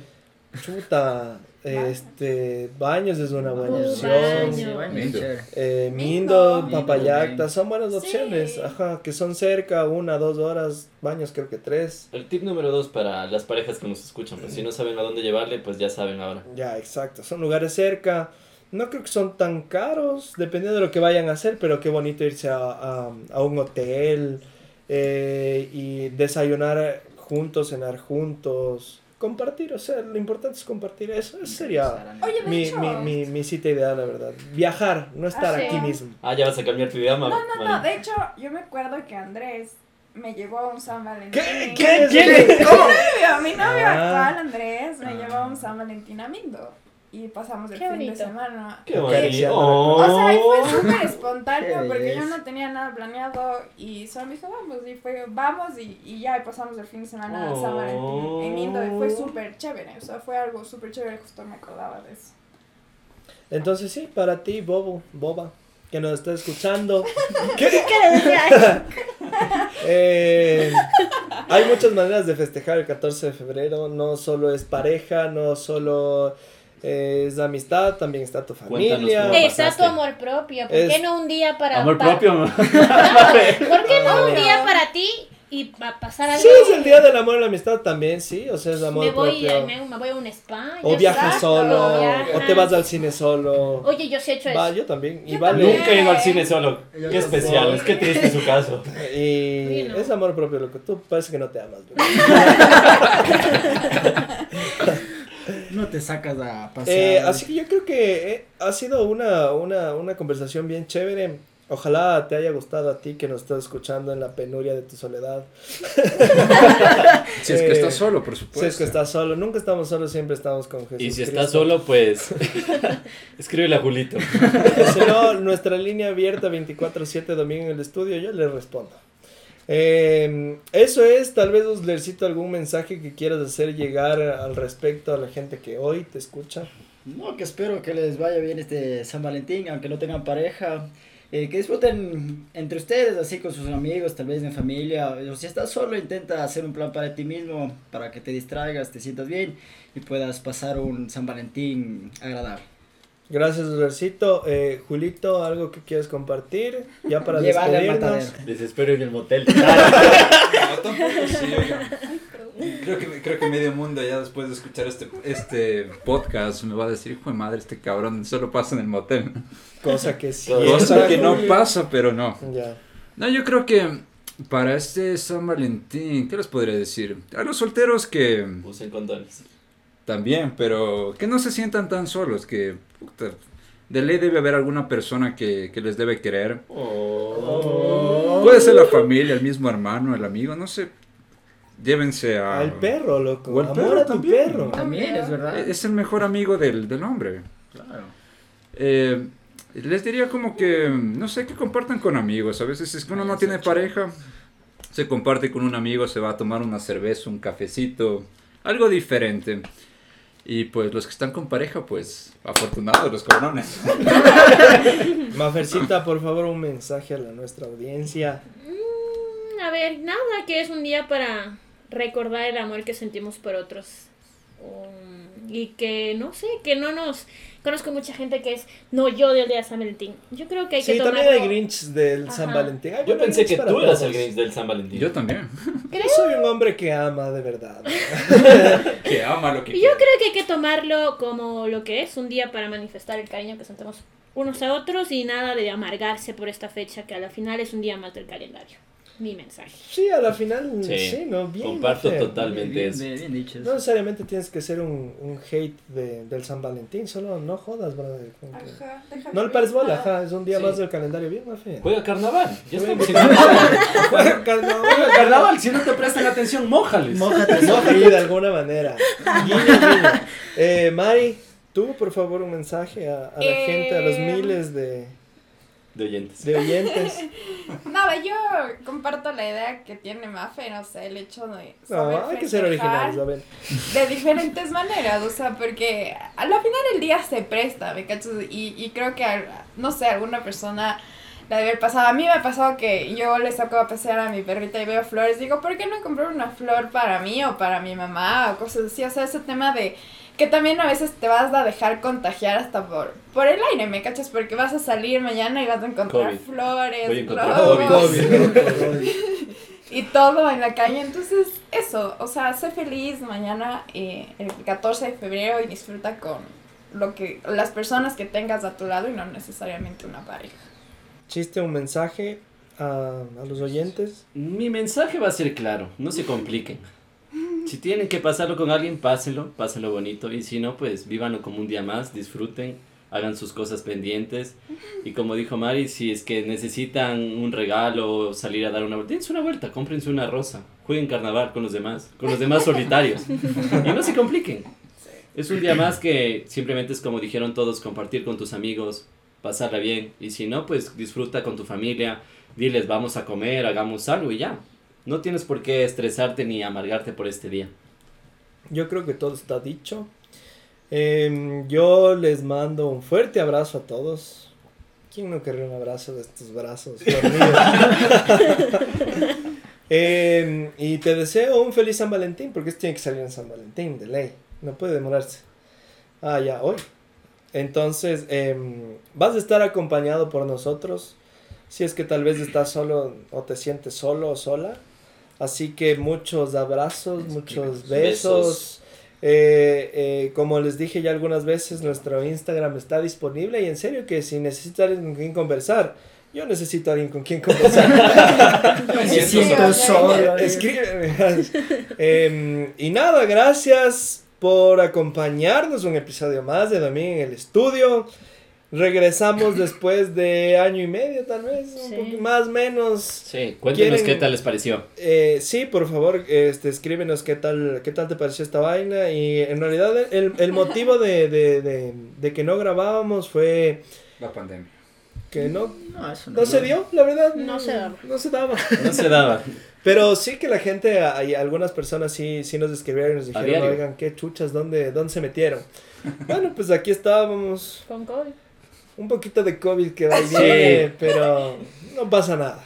Speaker 2: Chuta, este, Baños es una buena
Speaker 4: Baños.
Speaker 2: opción.
Speaker 4: Baños.
Speaker 2: Eh, Mindo,
Speaker 6: Mindo.
Speaker 2: Papayacta, son buenas
Speaker 6: Sí.
Speaker 2: opciones, ajá, que son cerca, una, dos horas, baños creo que tres.
Speaker 3: El tip número dos para las parejas que nos escuchan. Pues si no saben a dónde llevarle, pues ya saben ahora.
Speaker 2: Ya, exacto, son lugares cerca, no creo que son tan caros, dependiendo de lo que vayan a hacer, pero qué bonito irse a, a- a un hotel eh, y desayunar juntos, cenar juntos, compartir, o sea, lo importante es compartir, eso, eso
Speaker 5: Pues,
Speaker 2: sería
Speaker 6: Oye, de
Speaker 2: mi,
Speaker 6: hecho-
Speaker 2: mi, mi, mi cita ideal, la verdad. Viajar, no estar
Speaker 6: Ah, sí.
Speaker 2: aquí mismo.
Speaker 3: Ah, ya vas a cambiar tu idioma.
Speaker 6: No, no,
Speaker 3: Bueno.
Speaker 6: no, de hecho, yo me acuerdo que Andrés me llevó a un San Valentín.
Speaker 2: ¿Qué? ¿Qué? ¿Quién?
Speaker 6: Mi novio, mi novio
Speaker 2: Ah.
Speaker 6: actual, Andrés, me
Speaker 5: Ah.
Speaker 6: llevó a un San Valentín a Mindo. Y pasamos el
Speaker 4: Qué
Speaker 6: fin
Speaker 4: bonito.
Speaker 6: de semana.
Speaker 3: Qué
Speaker 2: Acariciando la
Speaker 3: bonito.
Speaker 6: O sea, y fue
Speaker 3: Oh.
Speaker 6: súper espontáneo
Speaker 5: Qué
Speaker 6: porque yo
Speaker 5: belleza.
Speaker 6: no tenía nada planeado y solo me dijo vamos y fue vamos y, y ya y pasamos el fin de semana a San Valentín en Indo y fue
Speaker 3: Oh.
Speaker 6: súper chévere, o sea, fue algo súper chévere, justo me acordaba de eso.
Speaker 2: Entonces sí, para ti, Bobo, Boba, que nos está escuchando, eh, hay muchas maneras de festejar el 14 de febrero, no solo es pareja, no solo eh, es amistad, también está tu
Speaker 3: Cuéntanos
Speaker 2: familia.
Speaker 3: cómo
Speaker 4: Está
Speaker 3: pasaste?
Speaker 4: tu amor propio. ¿Por
Speaker 2: Es-
Speaker 4: qué no un día para
Speaker 3: Amor
Speaker 4: pa-
Speaker 3: propio.
Speaker 4: ¿Por qué no un día
Speaker 6: Obvio.
Speaker 4: para ti y pa- pasar algo?
Speaker 2: Sí, es el día del amor y la amistad también, sí, o sea, es amor
Speaker 4: me voy,
Speaker 2: propio.
Speaker 4: me, me voy a un spa.
Speaker 2: O
Speaker 4: yo
Speaker 2: viajas
Speaker 6: Exacto,
Speaker 2: solo, o
Speaker 4: viajas.
Speaker 2: te vas al cine solo.
Speaker 4: Oye, yo sí he hecho
Speaker 2: Va,
Speaker 4: eso.
Speaker 2: yo también. Y
Speaker 6: Yo
Speaker 2: vale.
Speaker 6: también.
Speaker 3: Nunca he ido al cine solo.
Speaker 5: Yo
Speaker 3: Qué especial,
Speaker 5: tampoco.
Speaker 3: es que triste su caso.
Speaker 2: eh, Y
Speaker 4: Sí, no.
Speaker 2: es amor propio, loco. Tú parece que no te amas, loco.
Speaker 5: No te sacas a pasear.
Speaker 2: Eh, así que yo creo que eh, ha sido una, una, una conversación bien chévere. Ojalá te haya gustado a ti que nos estás escuchando en la penuria de tu soledad.
Speaker 7: Si es que
Speaker 2: Eh,
Speaker 7: estás solo, por
Speaker 2: si
Speaker 7: supuesto.
Speaker 2: es que estás solo, nunca estamos solos, siempre estamos con Jesús.
Speaker 3: Y si
Speaker 2: Cristo.
Speaker 3: estás solo, pues escríbele a Julito. pues
Speaker 2: Si no, nuestra línea abierta 24-7 domingo en el estudio, yo le respondo. Eh, eso es, tal vez Uslercito, algún mensaje que quieras hacer llegar al respecto a la gente que hoy te escucha.
Speaker 5: No, que espero que les vaya bien este San Valentín, aunque no tengan pareja. eh, que disfruten entre ustedes, así con sus amigos, tal vez en familia. O si estás solo, intenta hacer un plan para ti mismo, para que te distraigas, te sientas bien y puedas pasar un San Valentín agradable.
Speaker 2: Gracias, Uslercito. Eh, Julito, algo que quieras compartir, ya para
Speaker 5: Llevarle al
Speaker 2: despedirnos.
Speaker 5: matadero.
Speaker 3: Les espero en el motel.
Speaker 7: No, tampoco sí, oiga. Creo que, creo que medio mundo ya después de escuchar este, este podcast me va a decir, hijo de madre, este cabrón solo pasa en el motel.
Speaker 2: Cosa que sí.
Speaker 7: Cosa que no
Speaker 2: Julio.
Speaker 7: pasa, pero no.
Speaker 2: Ya.
Speaker 7: No, yo creo que para este San Valentín, ¿qué les podría decir? A los solteros que
Speaker 3: Usen condones.
Speaker 7: también, pero que no se sientan tan solos, que puta, de ley debe haber alguna persona que, que les debe querer.
Speaker 2: Oh.
Speaker 3: Oh.
Speaker 7: Puede ser la familia, el mismo hermano, el amigo, no sé. Llévense a...
Speaker 2: Al perro, loco.
Speaker 7: O al
Speaker 2: Amor
Speaker 7: perro
Speaker 2: a tu
Speaker 7: también.
Speaker 2: perro.
Speaker 5: También Ah, es verdad.
Speaker 7: E- Es el mejor amigo del, del hombre.
Speaker 5: Claro.
Speaker 7: Eh, les diría como que, no sé, que compartan con amigos. A veces es que uno no tiene pareja, se comparte con un amigo, se va a tomar una cerveza, un cafecito, algo diferente. Y pues los que están con pareja, pues afortunados los cabrones.
Speaker 2: Mafercita, por favor, un mensaje a la nuestra audiencia.
Speaker 4: Mm, a ver, nada, que es un día para recordar el amor que sentimos por otros. Um, y que, no sé, que no nos... Conozco mucha gente que es, no, yo del día de San Valentín. Yo creo que hay que
Speaker 2: Sí,
Speaker 4: tomarlo...
Speaker 2: también hay Grinch del
Speaker 4: Ajá.
Speaker 2: San Valentín. Ay,
Speaker 3: Yo
Speaker 2: bueno,
Speaker 3: pensé
Speaker 2: Grinch
Speaker 3: que
Speaker 2: para
Speaker 3: tú eras
Speaker 2: todos.
Speaker 3: el Grinch del San Valentín.
Speaker 7: Yo también.
Speaker 2: Yo soy un hombre que ama, de verdad.
Speaker 7: Que ama lo que
Speaker 4: Yo creo que hay que tomarlo como lo que es, un día para manifestar el cariño que sentimos unos a otros y nada de amargarse por esta fecha que a la final es un día más del calendario. Mi mensaje.
Speaker 2: Sí, a la final, sí,
Speaker 3: Sí,
Speaker 2: ¿no? Bien.
Speaker 3: comparto
Speaker 2: Mafer.
Speaker 3: total. Totalmente
Speaker 5: Bien,
Speaker 3: es.
Speaker 5: bien, bien dicho.
Speaker 2: No necesariamente tienes que ser un, un hate de- del San Valentín, solo no jodas, brother. como que-
Speaker 6: Ajá, déjame
Speaker 2: No le pares bola,
Speaker 6: pensar.
Speaker 2: ajá, es un día
Speaker 3: Sí.
Speaker 2: más del calendario. Bien, Mafe.
Speaker 3: Juega carnaval. Ya
Speaker 2: Juega
Speaker 3: estamos en carnaval.
Speaker 2: Carnaval.
Speaker 3: Juega carnaval. Si no te prestan atención, mójales.
Speaker 5: Mójate,
Speaker 2: Sí, de alguna manera. Guiño, guiño. Eh, Mari, tú, por favor, un mensaje a, a la
Speaker 6: Eh,
Speaker 2: gente, a los miles de,
Speaker 3: De oyentes.
Speaker 2: de oyentes.
Speaker 6: Nada, yo comparto la idea que tiene Mafe, no sé, el hecho de
Speaker 2: No,
Speaker 6: saber
Speaker 2: hay que ser
Speaker 6: festejar
Speaker 2: originales, a ver.
Speaker 6: de diferentes maneras, o sea, porque a la final el día se presta, ¿me cachas? Y, y creo que, al- no sé, alguna persona la debe haber pasado. A mí me ha pasado que yo le saco a pasear a mi perrita y veo flores, digo, ¿por qué no comprar una flor para mí o para mi mamá o cosas así? O sea, ese tema de que también a veces te vas a dejar contagiar hasta por, por el aire, ¿me cachas? Porque vas a salir mañana y vas a encontrar
Speaker 3: COVID.
Speaker 6: flores,
Speaker 3: Voy a encontrar
Speaker 6: globos,
Speaker 2: COVID.
Speaker 6: y todo en la calle. Entonces, eso, o sea, sé feliz mañana, eh, el 14 de febrero, y disfruta con lo que las personas que tengas a tu lado y no necesariamente una pareja.
Speaker 2: Chiste, un mensaje a, a los oyentes.
Speaker 3: Mi mensaje va a ser claro. No se compliquen. Si tienen que pasarlo con alguien, pásenlo, pásenlo bonito. Y si no, pues vívanlo como un día más, disfruten, hagan sus cosas pendientes. Y como dijo Mari, si es que necesitan un regalo, salir a dar una vuelta, dense una vuelta, cómprense una rosa, jueguen carnaval con los demás, con los demás solitarios. Y no se compliquen. Es un día más que simplemente es como dijeron todos, compartir con tus amigos, pasarla bien. Y si no, pues disfruta con tu familia, diles vamos a comer, hagamos algo y ya. No tienes por qué estresarte ni amargarte por este día.
Speaker 2: Yo creo que todo está dicho. Em, yo les mando un fuerte abrazo a todos. ¿Quién no querría un abrazo de estos brazos? dormidos? Em, y te deseo un feliz San Valentín, porque esto tiene que salir en San Valentín, de ley. No puede demorarse. Ah, ya, hoy. Entonces, em, vas a estar acompañado por nosotros. Si es que tal vez estás solo o te sientes solo o sola. Así que muchos abrazos, muchos
Speaker 3: Besos.
Speaker 2: besos. Eh, eh, como les dije ya algunas veces, nuestro Instagram está disponible y en serio que si necesitas alguien con quien conversar, yo necesito alguien con quien conversar.
Speaker 5: Me siento
Speaker 6: Sí,
Speaker 5: solo.
Speaker 2: Escríbeme. Em, y nada, gracias por acompañarnos un episodio más de Domingo en el estudio. Regresamos después de año y medio, tal vez, un
Speaker 4: Sí.
Speaker 2: poco más menos.
Speaker 3: Sí, cuéntenos
Speaker 2: ¿Quieren-
Speaker 3: qué tal les pareció.
Speaker 2: Eh, sí, por favor, este, escríbenos qué tal, qué tal te pareció esta vaina. Y en realidad el, el motivo de, de, de, de que no grabábamos fue
Speaker 7: La pandemia.
Speaker 2: que no,
Speaker 5: No, eso
Speaker 2: no se dio, la verdad.
Speaker 4: No se daba.
Speaker 2: No se daba.
Speaker 3: No se daba.
Speaker 2: Pero sí que la gente, hay algunas personas sí, sí nos escribieron y nos dijeron,
Speaker 3: diario.
Speaker 2: oigan, qué chuchas, ¿dónde, dónde se metieron? bueno, pues aquí estábamos.
Speaker 4: Con COVID.
Speaker 2: Un poquito de COVID que va y
Speaker 3: Sí.
Speaker 2: viene, pero no pasa nada.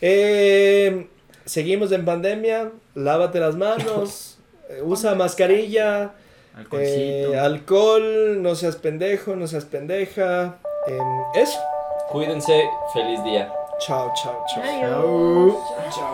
Speaker 2: Eh, seguimos en pandemia, lávate las manos, eh, usa mascarilla, eh,
Speaker 5: Alcoholcito.
Speaker 2: alcohol, no seas pendejo, no seas pendeja. em, eso.
Speaker 3: Cuídense, feliz día.
Speaker 2: Chao, chao, chao.
Speaker 4: Adiós.
Speaker 5: Chao.
Speaker 2: Chao.